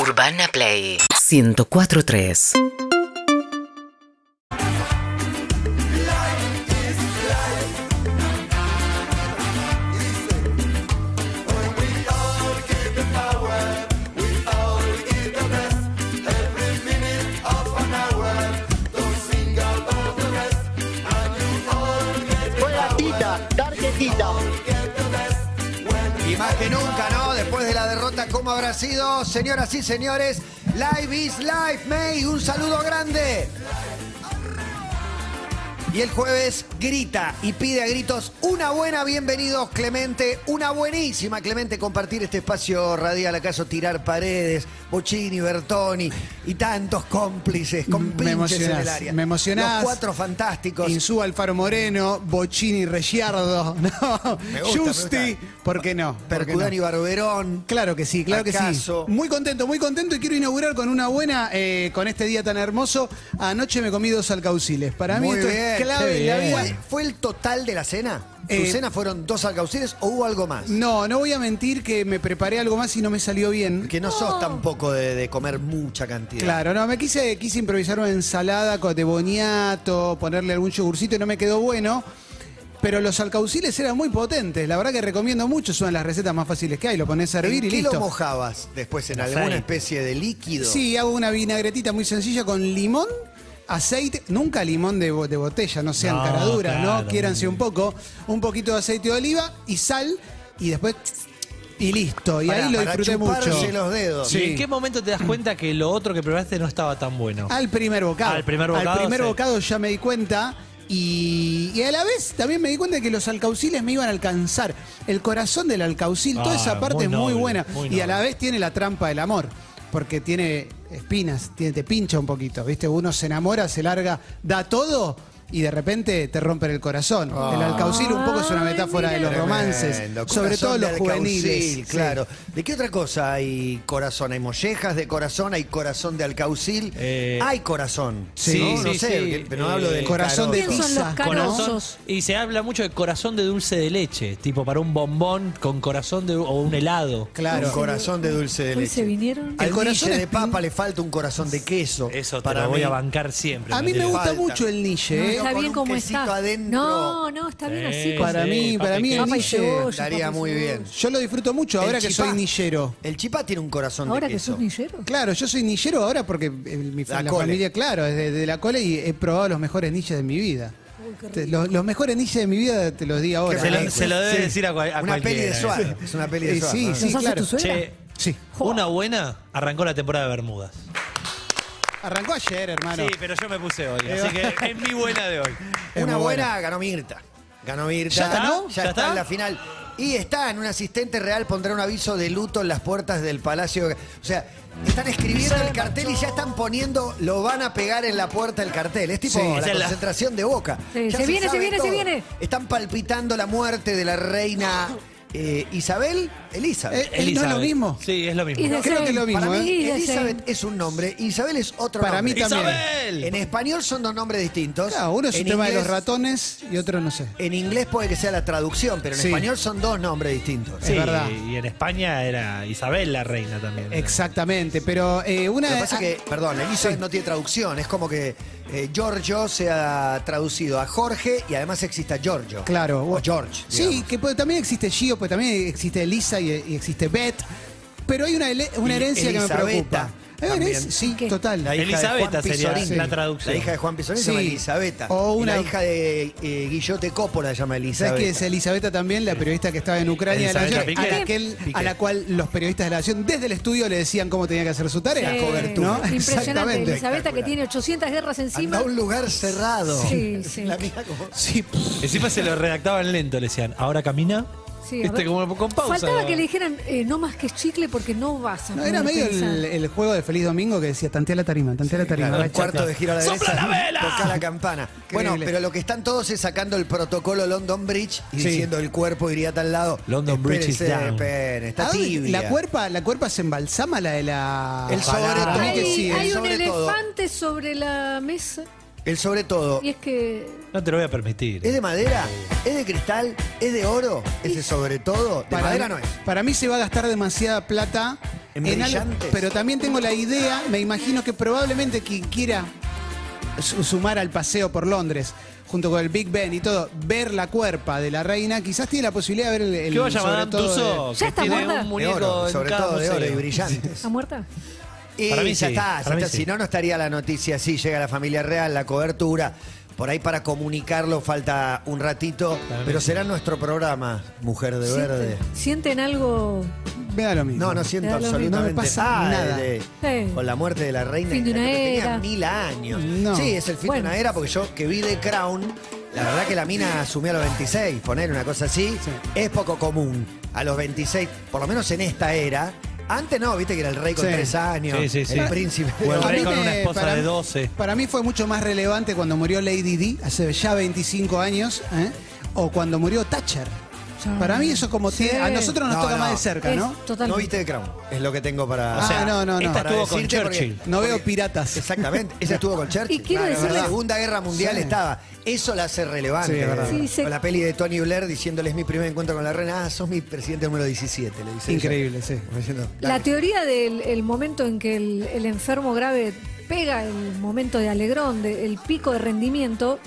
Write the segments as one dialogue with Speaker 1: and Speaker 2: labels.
Speaker 1: Urbana Play 1043.
Speaker 2: Tarjetita, tarjetita.
Speaker 3: Y más que nunca, ¿no? Después de la derrota, ¿cómo habrá sido? Señoras y señores, Live is Life, May, un saludo grande. Y el jueves grita y pide a gritos una buena bienvenidos, Clemente, una buenísima, Clemente, compartir este espacio radial, acaso tirar paredes, Bochini, Bertoni y tantos cómplices,
Speaker 4: Mm, Me
Speaker 3: compinches en
Speaker 4: emocionás,
Speaker 3: el área.
Speaker 4: me emocionás.
Speaker 3: Los cuatro fantásticos.
Speaker 4: Insú Alfaro Moreno, Bochini Regiardo, no,
Speaker 3: Me gusta, me
Speaker 4: Justi,
Speaker 3: gusta.
Speaker 4: ¿por qué no? ¿Por qué no?
Speaker 3: Percudani Barberón.
Speaker 4: Claro que sí, claro que
Speaker 3: ¿Acaso?
Speaker 4: sí. Muy contento, muy contento y quiero inaugurar con una buena, eh, con este día tan hermoso. Anoche me comí dos alcauciles. Para mí
Speaker 3: Muy
Speaker 4: esto
Speaker 3: bien,
Speaker 4: es clave
Speaker 3: qué
Speaker 4: en la
Speaker 3: bien.
Speaker 4: vida.
Speaker 3: ¿Fue, fue el total de la cena? ¿Tu
Speaker 4: Eh,
Speaker 3: cena fueron dos alcauciles o hubo algo más?
Speaker 4: No, no voy a mentir que me preparé algo más y no me salió bien.
Speaker 3: Que no, sos tampoco de, de comer mucha cantidad.
Speaker 4: Claro, no, me quise, quise improvisar una ensalada con- de boniato, ponerle algún yogurcito y no me quedó bueno. Pero los alcauciles eran muy potentes, la verdad que recomiendo mucho, son las recetas más fáciles que hay, lo pones a
Speaker 3: ¿En
Speaker 4: hervir y
Speaker 3: qué
Speaker 4: listo.
Speaker 3: lo mojabas después en alguna
Speaker 5: Aceite.
Speaker 3: especie de líquido?
Speaker 4: Sí, hago una vinagretita muy sencilla con limón, aceite, nunca limón de, bo- de botella, no sean
Speaker 5: No,
Speaker 4: caraduras,
Speaker 5: claro.
Speaker 4: ¿no? Quiéranse un poco, un poquito de aceite de oliva y sal y después y listo, y
Speaker 3: Pará,
Speaker 4: ahí lo
Speaker 3: para
Speaker 4: disfruté
Speaker 3: chuparse
Speaker 4: mucho.
Speaker 3: los dedos.
Speaker 4: Sí.
Speaker 5: ¿Y en qué momento te das cuenta que lo otro que probaste no estaba tan bueno?
Speaker 4: Al primer bocado.
Speaker 5: Al primer bocado,
Speaker 4: primer
Speaker 5: sí.
Speaker 4: bocado ya me di cuenta. Y, y a la vez también me di cuenta que los alcauciles me iban a alcanzar. El corazón del alcaucil, toda
Speaker 5: Ah,
Speaker 4: esa parte
Speaker 5: muy
Speaker 4: es muy
Speaker 5: noble,
Speaker 4: buena.
Speaker 5: muy
Speaker 4: y a la
Speaker 5: noble.
Speaker 4: vez tiene la trampa del amor. Porque tiene espinas, tiene, te pincha un poquito. ¿Viste? Uno se enamora, se larga, da todo. Y de repente te rompen el corazón. El alcaucil un poco es una metáfora de los romances,
Speaker 3: Ah. Tremendo,
Speaker 4: sobre todo
Speaker 3: corazón
Speaker 4: los
Speaker 3: de
Speaker 4: juveniles.
Speaker 3: alcaucil,
Speaker 4: Sí.
Speaker 3: claro. ¿De qué otra cosa hay corazón? Hay mollejas de corazón, hay corazón de alcaucil.
Speaker 5: Eh,
Speaker 3: hay corazón.
Speaker 4: sí,
Speaker 3: ¿no? No
Speaker 5: sí,
Speaker 3: sé,
Speaker 5: sí.
Speaker 3: pero no hablo del
Speaker 5: Eh,
Speaker 4: Corazón de
Speaker 3: carozo.
Speaker 6: ¿Quién son
Speaker 4: pizza.
Speaker 6: los
Speaker 4: ¿no?
Speaker 6: carosos?
Speaker 5: Y se habla mucho de corazón de dulce de leche, tipo para un bombón con corazón de, o un helado.
Speaker 4: Claro.
Speaker 3: Un corazón de dulce de
Speaker 6: Hoy
Speaker 3: leche.
Speaker 6: se vinieron.
Speaker 3: Al
Speaker 4: El corazón
Speaker 3: guille
Speaker 4: es
Speaker 3: de papa le falta un corazón de queso.
Speaker 5: Eso te
Speaker 3: Para
Speaker 5: lo voy
Speaker 3: mí.
Speaker 5: a bancar siempre.
Speaker 4: A mí me
Speaker 5: Matilde.
Speaker 4: gusta
Speaker 3: Falta.
Speaker 4: mucho el
Speaker 6: No,
Speaker 4: niche. ¿eh?
Speaker 6: está
Speaker 3: con
Speaker 6: bien
Speaker 3: un
Speaker 6: como
Speaker 3: quesito
Speaker 6: está.
Speaker 3: adentro.
Speaker 6: No, no, está bien así.
Speaker 5: Sí,
Speaker 4: Para
Speaker 5: sí,
Speaker 4: mí,
Speaker 5: papa
Speaker 4: para
Speaker 5: y
Speaker 4: mí el
Speaker 6: Papa y
Speaker 4: niche.
Speaker 6: cebolla,
Speaker 3: Estaría
Speaker 6: papas y
Speaker 3: muy
Speaker 6: cebolla.
Speaker 3: bien.
Speaker 4: Yo lo disfruto mucho ahora
Speaker 3: El
Speaker 4: que
Speaker 3: chipá-
Speaker 4: soy nillero.
Speaker 3: El chipá tiene un corazón
Speaker 6: Ahora que
Speaker 3: de queso.
Speaker 6: sos nillero.
Speaker 4: Claro, yo soy nillero ahora porque eh, mi fa-
Speaker 3: La
Speaker 4: la
Speaker 3: cole.
Speaker 4: familia, claro, es de, de la cole y he probado los mejores niches de mi vida. Te- los, los mejores niches de mi vida te los di ahora.
Speaker 5: Se lo,
Speaker 4: Eh,
Speaker 5: se lo debe decir a, cual- a
Speaker 3: una peli de
Speaker 5: cualquiera, ¿eh?
Speaker 3: Suárez. Es una peli de
Speaker 4: Eh,
Speaker 3: Suárez.
Speaker 4: sí,
Speaker 3: ¿no?
Speaker 4: sí,
Speaker 6: ¿Los hace
Speaker 4: claro.
Speaker 6: tu suegra?
Speaker 5: Che,
Speaker 4: Sí.
Speaker 5: una buena arrancó la temporada de Bermudas.
Speaker 4: Arrancó ayer, hermano.
Speaker 5: Sí, pero yo me puse hoy, así que es mi buena de hoy.
Speaker 4: Es
Speaker 3: Una buena,
Speaker 4: muy buena.
Speaker 3: ganó Mirta. Ganó Mirta.
Speaker 4: ¿Ya ganó?
Speaker 3: Ya,
Speaker 5: ¿Ya
Speaker 3: está
Speaker 5: está?
Speaker 3: en la final. Y está en un asistente real, pondrá un aviso de luto en las puertas del Palacio. O sea, están escribiendo el cartel y ya están poniendo, lo van a pegar en la puerta del cartel. Es tipo
Speaker 4: Sí.
Speaker 3: la
Speaker 5: Se la-
Speaker 3: concentración de boca.
Speaker 6: Sí,
Speaker 3: Ya
Speaker 6: se viene, se
Speaker 3: sabe
Speaker 6: viene, se
Speaker 3: todo.
Speaker 6: viene.
Speaker 3: Están palpitando la muerte de la reina eh, Isabel
Speaker 4: Eh,
Speaker 3: Elizabeth.
Speaker 4: eh, ¿No es lo
Speaker 5: Elizabeth.
Speaker 4: mismo?
Speaker 5: Sí, es lo mismo.
Speaker 6: Y de
Speaker 4: Creo que es lo mismo,
Speaker 3: Para
Speaker 4: ¿eh?
Speaker 3: mí,
Speaker 6: Y de
Speaker 3: Elizabeth es un nombre, Isabel es otro
Speaker 4: Para
Speaker 3: nombre.
Speaker 4: mí también.
Speaker 5: ¡Isabel!
Speaker 3: En español son dos nombres distintos.
Speaker 4: Claro, uno es
Speaker 3: En
Speaker 4: un tema de los
Speaker 3: inglés-
Speaker 4: ratones y otro no sé.
Speaker 3: En inglés puede que sea la traducción, pero en
Speaker 4: Sí.
Speaker 3: español son dos nombres distintos.
Speaker 5: Sí,
Speaker 4: es verdad.
Speaker 5: Y en España era Isabel la reina también.
Speaker 4: Exactamente, pero eh, una
Speaker 3: Lo que pasa es que, perdón, Elizabeth
Speaker 4: Sí.
Speaker 3: no tiene traducción. Es como que eh, Giorgio sea traducido a Jorge y además exista Giorgio.
Speaker 4: Claro.
Speaker 3: O George.
Speaker 4: Sí, que puede- también existe Gio, pues también existe Elisa y, y existe Beth. Pero hay una, ele- una
Speaker 3: Y
Speaker 4: herencia que me
Speaker 3: Elisabeta
Speaker 4: preocupa. Hay una
Speaker 3: también.
Speaker 4: herencia- sí,
Speaker 6: ¿Qué?
Speaker 4: total.
Speaker 3: La hija de Juan
Speaker 5: Elisabeta sería
Speaker 3: Pizorín.
Speaker 5: la traducción.
Speaker 3: La hija de Juan Pizorín se
Speaker 4: Sí.
Speaker 3: llama Elisabetta.
Speaker 4: O
Speaker 3: Y la
Speaker 4: una-
Speaker 3: hija de eh, Guillote Coppola se llama Elisabeth.
Speaker 4: ¿Sabes que es Elisabetta también, la periodista que estaba en Ucrania de la
Speaker 5: Elisabetta
Speaker 4: Nación, a,
Speaker 5: Piqué.
Speaker 4: la que él- a la cual los periodistas de la Nación desde el estudio le decían cómo tenía que hacer su tarea?
Speaker 6: Sí.
Speaker 3: cobertura.
Speaker 4: ¿No?
Speaker 6: Impresionante.
Speaker 4: Exactamente.
Speaker 6: Elizabeth que tiene 800 guerras
Speaker 3: Anda
Speaker 6: encima.
Speaker 3: a un lugar cerrado.
Speaker 6: Sí, sí.
Speaker 3: La mira como...
Speaker 4: Sí,
Speaker 5: Encima se lo redactaban lento, le decían, ahora camina.
Speaker 6: Sí, a
Speaker 5: Viste,
Speaker 6: ver.
Speaker 5: como con pausa,
Speaker 6: Faltaba
Speaker 5: ¿no?
Speaker 6: que le dijeran, eh, no más que chicle porque no vas a
Speaker 4: No, era
Speaker 6: poder
Speaker 4: medio el,
Speaker 6: pensar.
Speaker 4: el juego de Feliz Domingo que decía tantea la tarima, tantea la tarima.
Speaker 3: Claro,
Speaker 4: va,
Speaker 3: un cuarto
Speaker 4: chata.
Speaker 3: de giro a la
Speaker 5: ¡Sopla
Speaker 3: derecha.
Speaker 5: la vela!
Speaker 3: Toca la campana. Bueno,
Speaker 4: Increíble.
Speaker 3: pero lo que están todos es sacando el protocolo London Bridge y
Speaker 4: Sí.
Speaker 3: diciendo el cuerpo iría a tal lado.
Speaker 5: London Bridge is
Speaker 3: Espérense,
Speaker 5: down.
Speaker 3: esperen,
Speaker 4: ¿A
Speaker 3: está
Speaker 4: dónde-
Speaker 3: tibia.
Speaker 4: Ah, La cuerpa, la cuerpa se embalsama la de la.
Speaker 3: El sobre
Speaker 4: Para-
Speaker 3: todo.
Speaker 4: para mí
Speaker 6: Hay,
Speaker 4: que sí,
Speaker 3: ¿eh?
Speaker 4: ¿eh?
Speaker 6: hay un
Speaker 3: Sobre todo.
Speaker 6: elefante sobre la mesa
Speaker 3: El sobre todo.
Speaker 6: y es que
Speaker 5: No te lo voy a permitir.
Speaker 3: ¿Es de madera? ¿Es de cristal? ¿Es de oro? ¿Ese sobre todo? De
Speaker 4: Para
Speaker 3: madera
Speaker 4: mí-
Speaker 3: no es.
Speaker 4: Para mí se va a gastar demasiada plata
Speaker 3: En
Speaker 4: en algo-
Speaker 3: brillantes.
Speaker 4: pero también tengo la idea, me imagino que probablemente quien quiera su- sumar al paseo por Londres, junto con el Big Ben y todo, ver la cuerpa de la reina, quizás tiene la posibilidad de ver el, el-
Speaker 5: ¿Qué va a
Speaker 4: sobre
Speaker 5: llamar
Speaker 4: todo de-
Speaker 5: Tuso?
Speaker 6: ¿Ya está
Speaker 5: tiene
Speaker 6: muerta?
Speaker 5: un
Speaker 3: de
Speaker 5: muñeco
Speaker 3: oro,
Speaker 5: en
Speaker 3: sobre
Speaker 5: cada
Speaker 3: todo de
Speaker 5: museo.
Speaker 3: oro y brillantes.
Speaker 6: ¿Está muerta?
Speaker 3: Y
Speaker 5: Para mí
Speaker 3: ya
Speaker 5: sí,
Speaker 3: está, ya
Speaker 5: para mí
Speaker 3: está.
Speaker 5: sí.
Speaker 3: si no, no estaría la noticia así, llega la familia real, la cobertura. Por ahí para comunicarlo falta un ratito, pero será nuestro programa, Mujer de Verde.
Speaker 6: ¿Sienten, sienten algo?
Speaker 4: Me da lo mismo.
Speaker 3: No, no siento
Speaker 6: Me da lo
Speaker 3: absolutamente
Speaker 4: mismo. No me pasa nada.
Speaker 3: de-
Speaker 6: Sí.
Speaker 3: con la muerte de la reina
Speaker 6: Fin de
Speaker 3: era
Speaker 6: una
Speaker 3: que tenía
Speaker 6: era.
Speaker 3: mil años.
Speaker 4: No.
Speaker 3: Sí, es el fin
Speaker 6: Bueno.
Speaker 3: de una era porque yo que vi The Crown, la verdad que la mina asumió a los 26, poner una cosa así,
Speaker 4: Sí.
Speaker 3: es poco común. A los 26, por lo menos en esta era. Antes no, viste que era el rey con
Speaker 4: Sí.
Speaker 3: tres años,
Speaker 5: Sí, sí, sí.
Speaker 3: el príncipe.
Speaker 5: O el
Speaker 4: A
Speaker 5: rey
Speaker 4: mí
Speaker 5: con una esposa
Speaker 4: para
Speaker 5: de
Speaker 4: mí-
Speaker 5: 12.
Speaker 4: Para mí fue mucho más relevante cuando murió Lady Di, hace ya 25 años, ¿eh? o cuando murió Thatcher.
Speaker 6: Ya.
Speaker 4: Para mí eso como
Speaker 6: Sí.
Speaker 4: tiene- a nosotros nos
Speaker 3: No,
Speaker 4: toca
Speaker 3: no.
Speaker 4: más de cerca,
Speaker 6: Es
Speaker 4: ¿no?
Speaker 3: No
Speaker 6: totalmente.
Speaker 3: viste The Crown, es lo que tengo para...
Speaker 4: Ah,
Speaker 3: o sea,
Speaker 4: no, no, no.
Speaker 5: Esta
Speaker 3: para
Speaker 5: estuvo con
Speaker 3: decirte porque-
Speaker 5: Churchill.
Speaker 4: No veo piratas.
Speaker 3: Exactamente, ella estuvo con Churchill.
Speaker 6: Y quiero
Speaker 3: Claro,
Speaker 6: decirles-
Speaker 3: La Segunda Guerra Mundial
Speaker 4: Sí.
Speaker 3: estaba. Eso la hace relevante.
Speaker 4: Sí, es verdad.
Speaker 6: Sí, se-
Speaker 3: Con la peli de Tony Blair diciéndole es mi primer encuentro con la reina, ah, sos mi presidente número 17, le dice. ella.
Speaker 4: Increíble, sí.
Speaker 3: Como diciendo,
Speaker 6: La teoría del el momento en que el, el enfermo grave pega el momento de alegrón, de- el pico de rendimiento,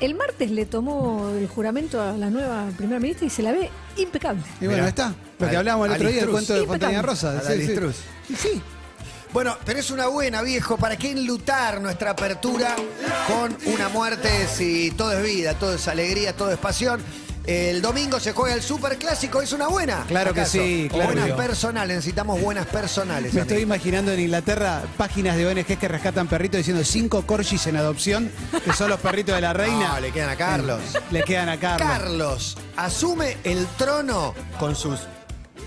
Speaker 6: el martes le tomó el juramento a la nueva primera ministra y se la ve impecable.
Speaker 4: Y bueno,
Speaker 3: Mirá.
Speaker 4: está. Lo que
Speaker 3: Al-
Speaker 4: hablábamos el otro día, el
Speaker 3: Alistruz.
Speaker 4: cuento de
Speaker 6: Impecable.
Speaker 4: Fontaña Rosa.
Speaker 3: Al Alistruz.
Speaker 4: Y sí.
Speaker 3: Bueno, pero es una buena, viejo. ¿Para qué enlutar nuestra apertura con una muerte si todo es vida, todo es alegría, todo es pasión? El domingo se juega el superclásico, ¿es una buena?
Speaker 4: Claro que sí, claro.
Speaker 3: Buenas personales, necesitamos buenas personales.
Speaker 4: Me
Speaker 3: amigo.
Speaker 4: estoy imaginando en Inglaterra páginas de ONGs que rescatan perritos diciendo cinco corgis en adopción, que son los perritos de la reina.
Speaker 3: No, le quedan a Carlos.
Speaker 4: Le quedan a Carlos.
Speaker 3: Carlos asume el trono con sus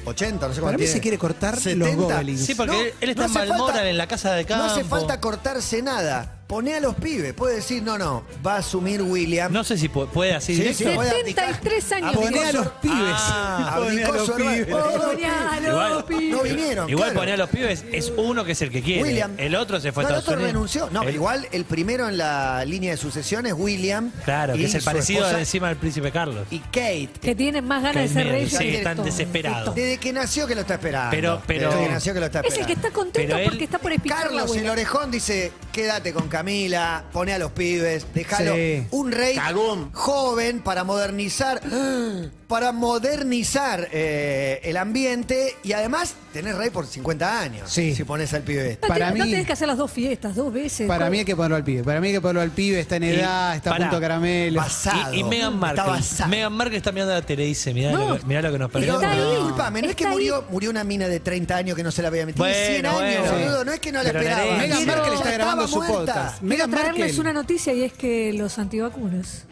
Speaker 3: 80, no sé cuánto
Speaker 4: Para mí
Speaker 3: tiene.
Speaker 4: se quiere cortar los
Speaker 3: 70.
Speaker 4: gobelins.
Speaker 5: Sí, porque él- él está en
Speaker 3: hace falta-
Speaker 5: Balmoral, en la casa de
Speaker 3: No hace
Speaker 5: campo.
Speaker 3: falta cortarse nada. Poné a los pibes. Puede decir, no, no, va a asumir William.
Speaker 5: No sé si pu- puede así.
Speaker 3: Sí,
Speaker 5: directo.
Speaker 3: sí, voy a abdicar.
Speaker 6: 73 años.
Speaker 3: Abdicó
Speaker 4: Poné a
Speaker 6: tiene.
Speaker 4: los
Speaker 3: su-
Speaker 4: pibes.
Speaker 5: Ah,
Speaker 3: abdicó
Speaker 4: poné a los
Speaker 3: su hermano.
Speaker 4: pibes.
Speaker 3: Oh,
Speaker 6: Poné a los
Speaker 5: Igual-
Speaker 6: pibes.
Speaker 3: No vinieron.
Speaker 5: Igual
Speaker 3: claro.
Speaker 5: ponía a los pibes, es uno que es el que quiere.
Speaker 3: William.
Speaker 5: El otro se fue
Speaker 3: No,
Speaker 5: a
Speaker 3: el
Speaker 5: Estados
Speaker 3: otro
Speaker 5: Unidos.
Speaker 3: renunció. No,
Speaker 5: El-
Speaker 3: igual el primero en la línea de sucesión es William.
Speaker 5: Claro,
Speaker 3: y
Speaker 5: que es el
Speaker 3: su
Speaker 5: parecido
Speaker 3: esposa
Speaker 5: de encima del príncipe Carlos.
Speaker 3: Y Kate.
Speaker 6: Que tienen más ganas de ser
Speaker 5: Tremendo,
Speaker 6: reyes.
Speaker 5: sí,
Speaker 6: que
Speaker 5: están
Speaker 6: esto.
Speaker 5: desesperados.
Speaker 3: Desde que nació que lo está esperando.
Speaker 5: Pero- pero-
Speaker 3: Desde que nació que lo está
Speaker 6: Es
Speaker 3: esperando.
Speaker 6: el que está contento
Speaker 5: Pero él-
Speaker 6: porque está por espichar la
Speaker 3: Carlos el
Speaker 6: abuela.
Speaker 3: orejón dice, quédate con Camila, poné a los pibes, dejalo.
Speaker 4: Sí.
Speaker 3: Un rey
Speaker 2: Cagón.
Speaker 3: joven para modernizar, para modernizar eh, el ambiente y además tenés rey por 50 años.
Speaker 4: Sí.
Speaker 3: Si pones al pibe.
Speaker 6: No,
Speaker 3: este.
Speaker 4: Para
Speaker 6: te- no
Speaker 4: mí-
Speaker 6: tenés que hacer las dos fiestas, dos veces.
Speaker 4: Para
Speaker 6: Con-
Speaker 4: mí hay que ponerlo al pibe. Para mí hay que ponerlo al pibe. Está en
Speaker 5: Y-
Speaker 4: edad, está
Speaker 5: pará.
Speaker 4: a punto caramelo.
Speaker 3: Basado.
Speaker 5: Y, y Meghan
Speaker 3: Está
Speaker 5: Markle.
Speaker 3: basado.
Speaker 5: Meghan Markle está mirando la tele y dice, mirá,
Speaker 6: No.
Speaker 5: lo, que- mirá lo que nos
Speaker 3: Pero,
Speaker 5: perdió.
Speaker 6: Está ahí.
Speaker 3: disculpame, no es que
Speaker 6: Está ahí.
Speaker 3: murió, murió una mina de 30 años que no se la había metido.
Speaker 5: Bueno,
Speaker 3: 100 años,
Speaker 5: bueno.
Speaker 3: boludo, no es que no la
Speaker 5: Pero la
Speaker 3: esperaba.
Speaker 5: herencia.
Speaker 4: Meghan
Speaker 5: Quiero-
Speaker 4: Markle está
Speaker 3: Ya
Speaker 4: grabando su
Speaker 3: estaba muerta.
Speaker 4: podcast.
Speaker 6: Quiero
Speaker 4: Meghan
Speaker 6: traerles
Speaker 4: Markle.
Speaker 6: una noticia y es que los antivacunas,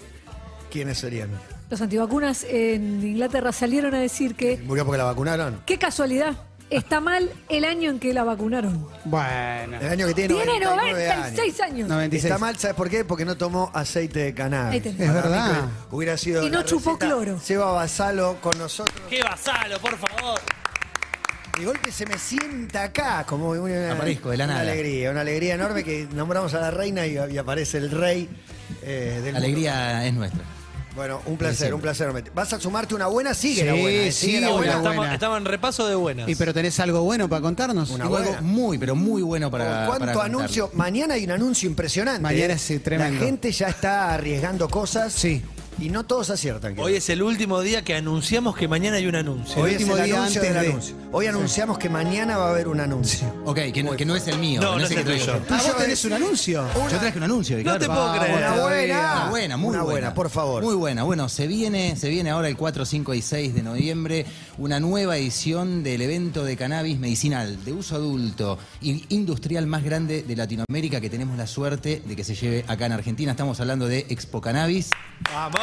Speaker 3: ¿Quiénes serían?
Speaker 6: los antivacunas en Inglaterra salieron a decir que,
Speaker 3: ¿Murió porque la vacunaron?
Speaker 6: qué casualidad, está mal el año en que la vacunaron.
Speaker 4: Bueno.
Speaker 3: El año que tiene,
Speaker 6: Tiene
Speaker 3: 99 años.
Speaker 6: 96 años.
Speaker 4: 96.
Speaker 3: Está mal, ¿sabes por qué? Porque no tomó aceite de
Speaker 6: Ahí
Speaker 3: cannabis.
Speaker 6: tenés.
Speaker 4: Es
Speaker 3: Para mí
Speaker 4: verdad.
Speaker 3: que Hubiera sido.
Speaker 6: Y no
Speaker 3: la
Speaker 6: chupó
Speaker 3: receta.
Speaker 6: cloro.
Speaker 3: Seba Basalo con nosotros.
Speaker 5: ¡Qué basalo, por favor!
Speaker 3: De golpe se me sienta acá, como una,
Speaker 2: Aparezco de la
Speaker 3: una
Speaker 2: nada.
Speaker 3: alegría, una alegría enorme que nombramos a la reina y, y aparece el rey eh, del
Speaker 2: La alegría es nuestra.
Speaker 3: mundo. Bueno, un placer, un placer. Vas a sumarte una buena, sigue
Speaker 4: Sí,
Speaker 3: la buena. eh,
Speaker 4: sí,
Speaker 3: sigue la
Speaker 4: una
Speaker 3: buena.
Speaker 5: estamos,
Speaker 4: buena.
Speaker 5: estamos en repaso de buenas.
Speaker 4: ¿Y pero tenés algo bueno para contarnos?
Speaker 3: Una
Speaker 2: Tengo algo
Speaker 3: buena.
Speaker 2: muy, pero muy bueno para.
Speaker 3: Oh, ¿Cuánto
Speaker 2: para contar.
Speaker 3: anuncio? Mañana hay un anuncio impresionante.
Speaker 4: Mañana
Speaker 3: eh.
Speaker 4: sí, tremendo.
Speaker 3: La gente ya está arriesgando cosas.
Speaker 4: Sí.
Speaker 3: Y no todos aciertan. creo.
Speaker 5: Hoy es el último día que anunciamos que mañana hay un anuncio.
Speaker 3: Hoy
Speaker 4: el
Speaker 3: es
Speaker 4: último
Speaker 3: el
Speaker 4: día
Speaker 3: anuncio
Speaker 4: antes
Speaker 3: del
Speaker 4: de-
Speaker 3: anuncio. Hoy anunciamos que mañana va a haber un anuncio.
Speaker 2: Ok, que no, que no es el mío.
Speaker 5: No,
Speaker 2: que
Speaker 5: no
Speaker 2: sé
Speaker 5: es
Speaker 2: qué
Speaker 5: el
Speaker 2: traigo.
Speaker 5: tuyo.
Speaker 4: Ah,
Speaker 3: Tuyo
Speaker 4: vos tenés
Speaker 3: es-
Speaker 4: un anuncio.
Speaker 2: Yo traje un anuncio. Ah,
Speaker 5: No te puedo
Speaker 4: Vamos,
Speaker 5: creer.
Speaker 3: Una buena.
Speaker 2: Una buena, muy
Speaker 3: Una buena, por favor.
Speaker 2: Muy buena. Bueno, se viene, se viene ahora el 4, 5 y 6 de noviembre una nueva edición del evento de cannabis medicinal de uso adulto y industrial más grande de Latinoamérica que tenemos la suerte de que se lleve acá en Argentina. Estamos hablando de Expo Cannabis.
Speaker 5: ¡Vamos!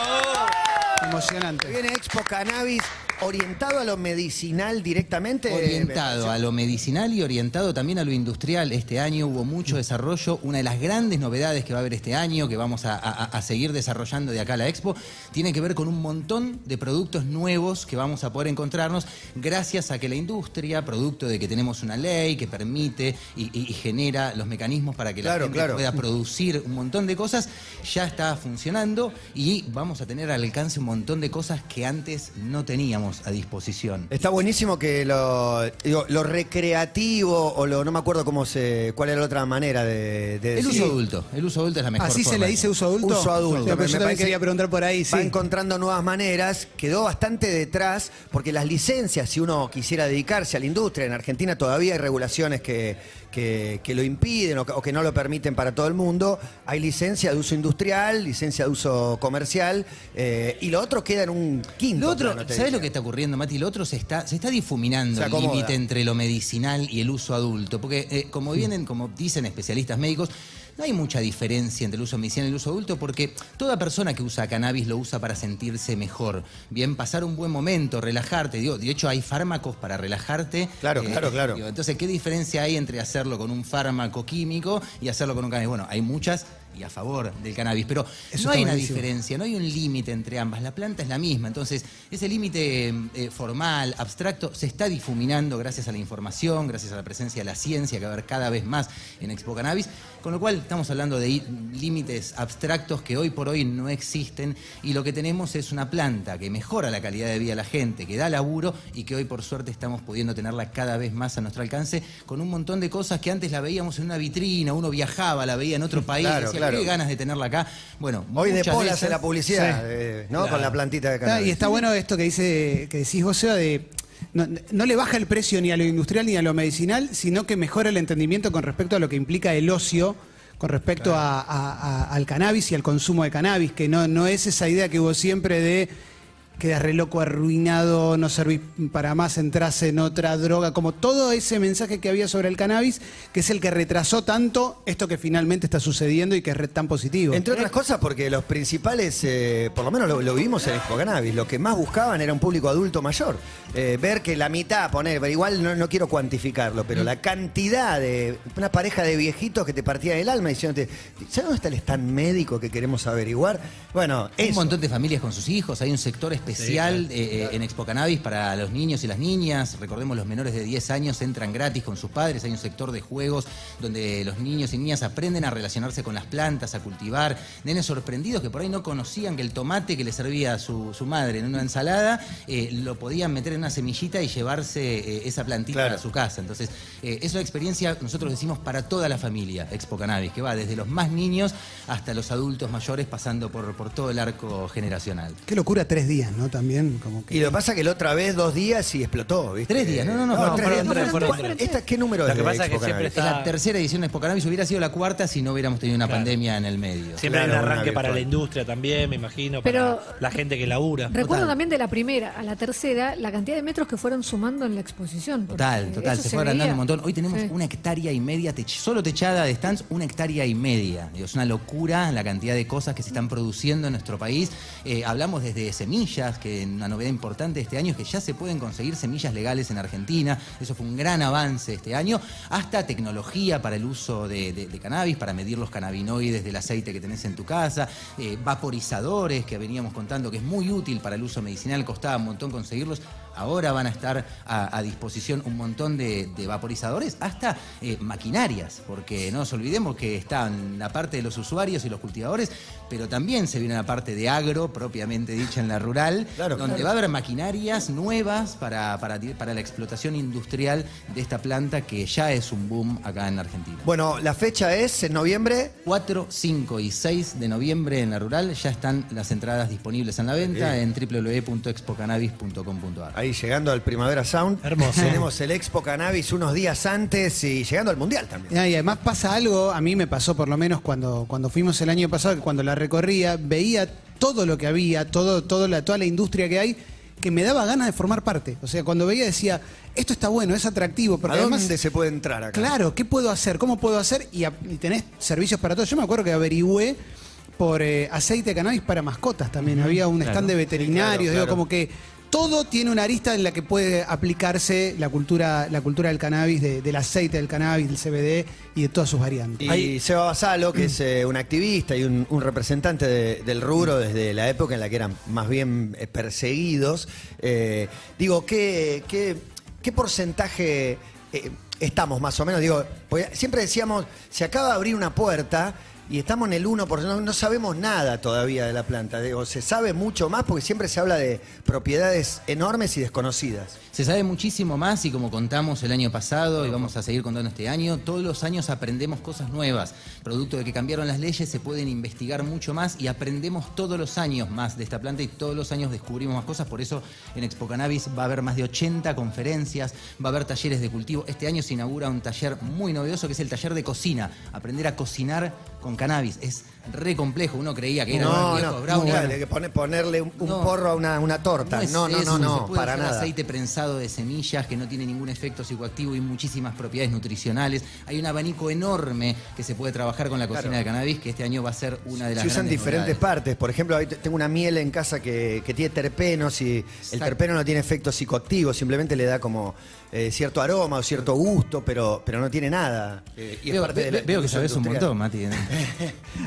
Speaker 3: Se
Speaker 4: Emocionante.
Speaker 3: Viene Expo Cannabis orientado a lo medicinal directamente.
Speaker 2: Orientado a lo medicinal y orientado también a lo industrial. Este año hubo
Speaker 3: Mm.
Speaker 2: mucho desarrollo. Una de las grandes novedades que va a haber este año, que vamos a, a- a seguir desarrollando de acá a la Expo, tiene que ver con un montón de productos nuevos que vamos a poder encontrarnos gracias a que la industria, producto de que tenemos una ley que permite y, y- y genera los mecanismos para que la
Speaker 3: Claro,
Speaker 2: gente
Speaker 3: claro.
Speaker 2: pueda producir un montón de cosas, ya está funcionando y vamos a tener al alcance un montón de cosas que antes no teníamos. estamos a disposición.
Speaker 3: Está buenísimo que lo, digo, lo recreativo o lo no me acuerdo cómo se cuál era la otra manera de, de
Speaker 2: El
Speaker 3: decir.
Speaker 2: uso adulto, el uso adulto es la mejor
Speaker 4: ¿Así se
Speaker 2: forma.
Speaker 4: le dice uso adulto?
Speaker 3: Uso adulto.
Speaker 4: Sí, pero
Speaker 3: Me- me
Speaker 4: yo también
Speaker 3: parece
Speaker 4: quería preguntar por ahí, sí.
Speaker 3: Va encontrando nuevas maneras, quedó bastante detrás, porque las licencias, si uno quisiera dedicarse a la industria, en Argentina todavía hay regulaciones que, que- que lo impiden o que, o que no lo permiten para todo el mundo. Hay licencia de uso industrial, licencia de uso comercial, eh, y lo otro queda en un quinto.
Speaker 2: Lo otro,
Speaker 3: plano, te
Speaker 2: ¿sabes lo que
Speaker 3: diría.
Speaker 2: está ocurriendo, Mati? Lo otro se está, se está difuminando
Speaker 3: Se
Speaker 2: el
Speaker 3: acomoda.
Speaker 2: límite entre lo medicinal y el uso adulto. Porque, eh, como vienen, como dicen especialistas médicos, no hay mucha diferencia entre el uso medicinal y el uso adulto, porque toda persona que usa cannabis lo usa para sentirse mejor. Bien, pasar un buen momento, relajarte. Digo, de hecho, hay fármacos para relajarte. eh,
Speaker 3: Claro, claro, claro.
Speaker 2: digo, entonces, ¿qué diferencia hay entre hacerlo con un fármaco químico y hacerlo con un cannabis? Bueno, hay muchas y a favor del cannabis, pero
Speaker 4: Eso
Speaker 2: no
Speaker 4: está
Speaker 2: hay una
Speaker 4: buenísimo.
Speaker 2: diferencia diferencia, no hay un límite entre ambas. La planta es la misma. Entonces, ese límite eh, formal, abstracto, se está difuminando gracias a la información, gracias a la presencia de la ciencia que va a haber cada vez más en Expo Cannabis. Con lo cual, estamos hablando de i- límites abstractos que hoy por hoy no existen. Y lo que tenemos es una planta que mejora la calidad de vida de la gente, que da laburo y que hoy, por suerte, estamos pudiendo tenerla cada vez más a nuestro alcance con un montón de cosas que antes la veíamos en una vitrina, uno viajaba, la veía en otro país,
Speaker 3: Claro,
Speaker 2: decía,
Speaker 3: claro.
Speaker 2: qué ganas de tenerla acá. Bueno,
Speaker 3: Hoy de
Speaker 2: muchas
Speaker 3: pola hace
Speaker 2: esas-
Speaker 3: la publicidad, eh, ¿no? Con la plantita de
Speaker 4: Ah,
Speaker 3: cannabis.
Speaker 4: y está bueno esto que dice, que decís vos, Seba, de no, no le baja el precio ni a lo industrial ni a lo medicinal, sino que mejora el entendimiento con respecto a lo que implica el ocio, con respecto a- a- a- al cannabis y al consumo de cannabis, que no, no es esa idea que hubo siempre de quedas re loco, arruinado, no servís para más, entras en otra droga, como todo ese mensaje que había sobre el cannabis, que es el que retrasó tanto esto que finalmente está sucediendo y que es re- tan positivo.
Speaker 3: Entre otras cosas porque los principales, eh, por lo menos lo, lo vimos en Expo Cannabis, lo que más buscaban era un público adulto mayor. Eh, ver que la mitad, poner, pero igual no, no quiero cuantificarlo, pero la cantidad de una pareja de viejitos que te partían el alma diciéndote, ¿sabes dónde está el stand médico que queremos averiguar? Bueno,
Speaker 2: Hay un
Speaker 3: eso.
Speaker 2: montón de familias con sus hijos, hay un sector especial eh, eh, en Expo Cannabis para los niños y las niñas. Recordemos, los menores de 10 años entran gratis con sus padres, hay un sector de juegos donde los niños y niñas aprenden a relacionarse con las plantas, a cultivar. Nenes sorprendidos que por ahí no conocían que el tomate que le servía su, su madre en una ensalada eh, lo podían meter en una semillita y llevarse eh, esa plantita
Speaker 3: Claro.
Speaker 2: a su casa. Entonces, eh, es una experiencia, nosotros decimos, para toda la familia, Expo Cannabis, que va desde los más niños hasta los adultos mayores, pasando por, por todo el arco generacional.
Speaker 4: Qué locura tres días, ¿no? También como que...
Speaker 3: Y lo que pasa que la otra vez dos días y explotó, ¿viste?
Speaker 2: Tres días, no, no, no,
Speaker 3: Eh,
Speaker 2: no,
Speaker 3: tres
Speaker 5: fueron
Speaker 3: días.
Speaker 5: tres, fueron
Speaker 3: ¿Cuál-
Speaker 6: tres.
Speaker 3: esta- ¿Qué número
Speaker 7: Lo
Speaker 3: es
Speaker 7: que
Speaker 3: de
Speaker 7: pasa es
Speaker 3: Expo
Speaker 7: que siempre
Speaker 3: Cannabis?
Speaker 2: Es la
Speaker 7: Ah.
Speaker 2: tercera edición de Expo Cannabis, hubiera sido la cuarta si no hubiéramos tenido una
Speaker 5: Claro.
Speaker 2: pandemia en el medio.
Speaker 7: Siempre hay
Speaker 3: Claro,
Speaker 7: un
Speaker 3: una
Speaker 7: arranque para
Speaker 3: virtual.
Speaker 7: la industria también, me imagino,
Speaker 6: Pero-
Speaker 7: para la gente que labura.
Speaker 6: Recuerdo
Speaker 2: Total.
Speaker 6: también de la primera a la tercera la cantidad de metros que fueron sumando en la exposición. porque
Speaker 2: Total, total,
Speaker 6: eso
Speaker 2: se, fue agrandando
Speaker 6: veía.
Speaker 2: un montón. Hoy tenemos
Speaker 6: Sí.
Speaker 2: una hectárea y media, tech- solo techada de stands, una hectárea y media. Digo, Es una locura la cantidad de cosas que se están produciendo en nuestro país. Eh, hablamos desde semillas, que una novedad importante de este año es que ya se pueden conseguir semillas legales en Argentina. Eso fue un gran avance este año. Hasta tecnología para el uso de, de- de cannabis, para medir los cannabinoides del aceite que tenés en tu casa. Eh, vaporizadores, que veníamos contando que es muy útil para el uso medicinal, costaba un montón conseguirlos. Ahora van a estar a, a disposición un montón de, de vaporizadores, hasta eh, maquinarias, porque no nos olvidemos que están la parte de los usuarios y los cultivadores, pero también se viene la parte de agro, propiamente dicha en la rural,
Speaker 3: Claro,
Speaker 2: donde va a haber maquinarias nuevas para, para, ti- para la explotación industrial de esta planta que ya es un boom acá en la Argentina.
Speaker 3: Bueno, la fecha es en noviembre.
Speaker 2: 4, 5 y 6 de noviembre en la rural ya están las entradas disponibles en la venta en www.expocannabis.com.ar.
Speaker 3: Ahí llegando al Primavera Sound.
Speaker 5: Hermoso.
Speaker 3: Tenemos el Expo Cannabis unos días antes y llegando al Mundial también.
Speaker 4: Ah, Y además pasa algo, a mí me pasó por lo menos cuando, cuando fuimos el año pasado, que cuando la recorría, veía todo lo que había, todo, todo la, toda la industria que hay, que me daba ganas de formar parte. O sea, cuando veía decía, esto está bueno, es atractivo,
Speaker 3: ¿A
Speaker 4: porque
Speaker 3: dónde
Speaker 4: además...
Speaker 3: se puede entrar acá?
Speaker 4: Claro, ¿qué puedo hacer? ¿Cómo puedo hacer? Y, a- y tenés servicios para todo. Yo me acuerdo que averigüé por eh, aceite de cannabis para mascotas también. Había un stand de veterinarios,
Speaker 3: claro,
Speaker 4: digo,
Speaker 3: claro.
Speaker 4: como que todo tiene una arista en la que puede aplicarse la cultura, la cultura del cannabis, de- del aceite del cannabis, del CBD y de todas sus variantes.
Speaker 3: Y Seba Basalo, que es eh, un activista y un, un representante de- del rubro desde la época en la que eran más bien eh, perseguidos. eh, digo, ¿qué, qué, qué porcentaje eh, estamos más o menos? Digo, porque siempre decíamos, se acaba de abrir una puerta. Y estamos en el 1%, no, no sabemos nada todavía de la planta. Digo, se sabe mucho más porque siempre se habla de propiedades enormes y desconocidas.
Speaker 2: Se sabe muchísimo más y como contamos el año pasado y vamos a seguir contando este año, todos los años aprendemos cosas nuevas. Producto de que cambiaron las leyes se pueden investigar mucho más y aprendemos todos los años más de esta planta y todos los años descubrimos más cosas. Por eso en Expo Cannabis va a haber más de 80 conferencias, va a haber talleres de cultivo. Este año se inaugura un taller muy novedoso que es el taller de cocina. Aprender a cocinar con cannabis. Es re complejo. Uno creía que era
Speaker 3: No,
Speaker 2: un viejo
Speaker 3: no,
Speaker 2: brownie.
Speaker 3: nunca le- que pone- ponerle un, un
Speaker 2: No.
Speaker 3: porro a una, una torta.
Speaker 2: es
Speaker 3: No, no, no,
Speaker 2: eso,
Speaker 3: no,
Speaker 2: se puede
Speaker 3: para
Speaker 2: usar
Speaker 3: nada.
Speaker 2: aceite prensado de semillas que no tiene ningún efecto psicoactivo y muchísimas propiedades nutricionales. Hay un abanico enorme que se puede trabajar con la cocina
Speaker 3: Claro.
Speaker 2: de cannabis, que este año va a ser una de las
Speaker 3: Se usan
Speaker 2: grandes
Speaker 3: diferentes
Speaker 2: novedades.
Speaker 3: partes. Por ejemplo, ahí te- tengo una miel en casa que, que tiene terpenos y el terpeno no tiene efecto psicoactivo, simplemente le da como eh, cierto aroma o cierto gusto, pero, pero no tiene nada. Eh, y es
Speaker 2: Veo,
Speaker 3: parte de la-
Speaker 2: ve- veo que
Speaker 3: uso
Speaker 2: sabes un
Speaker 3: industrial.
Speaker 2: montón, Mati.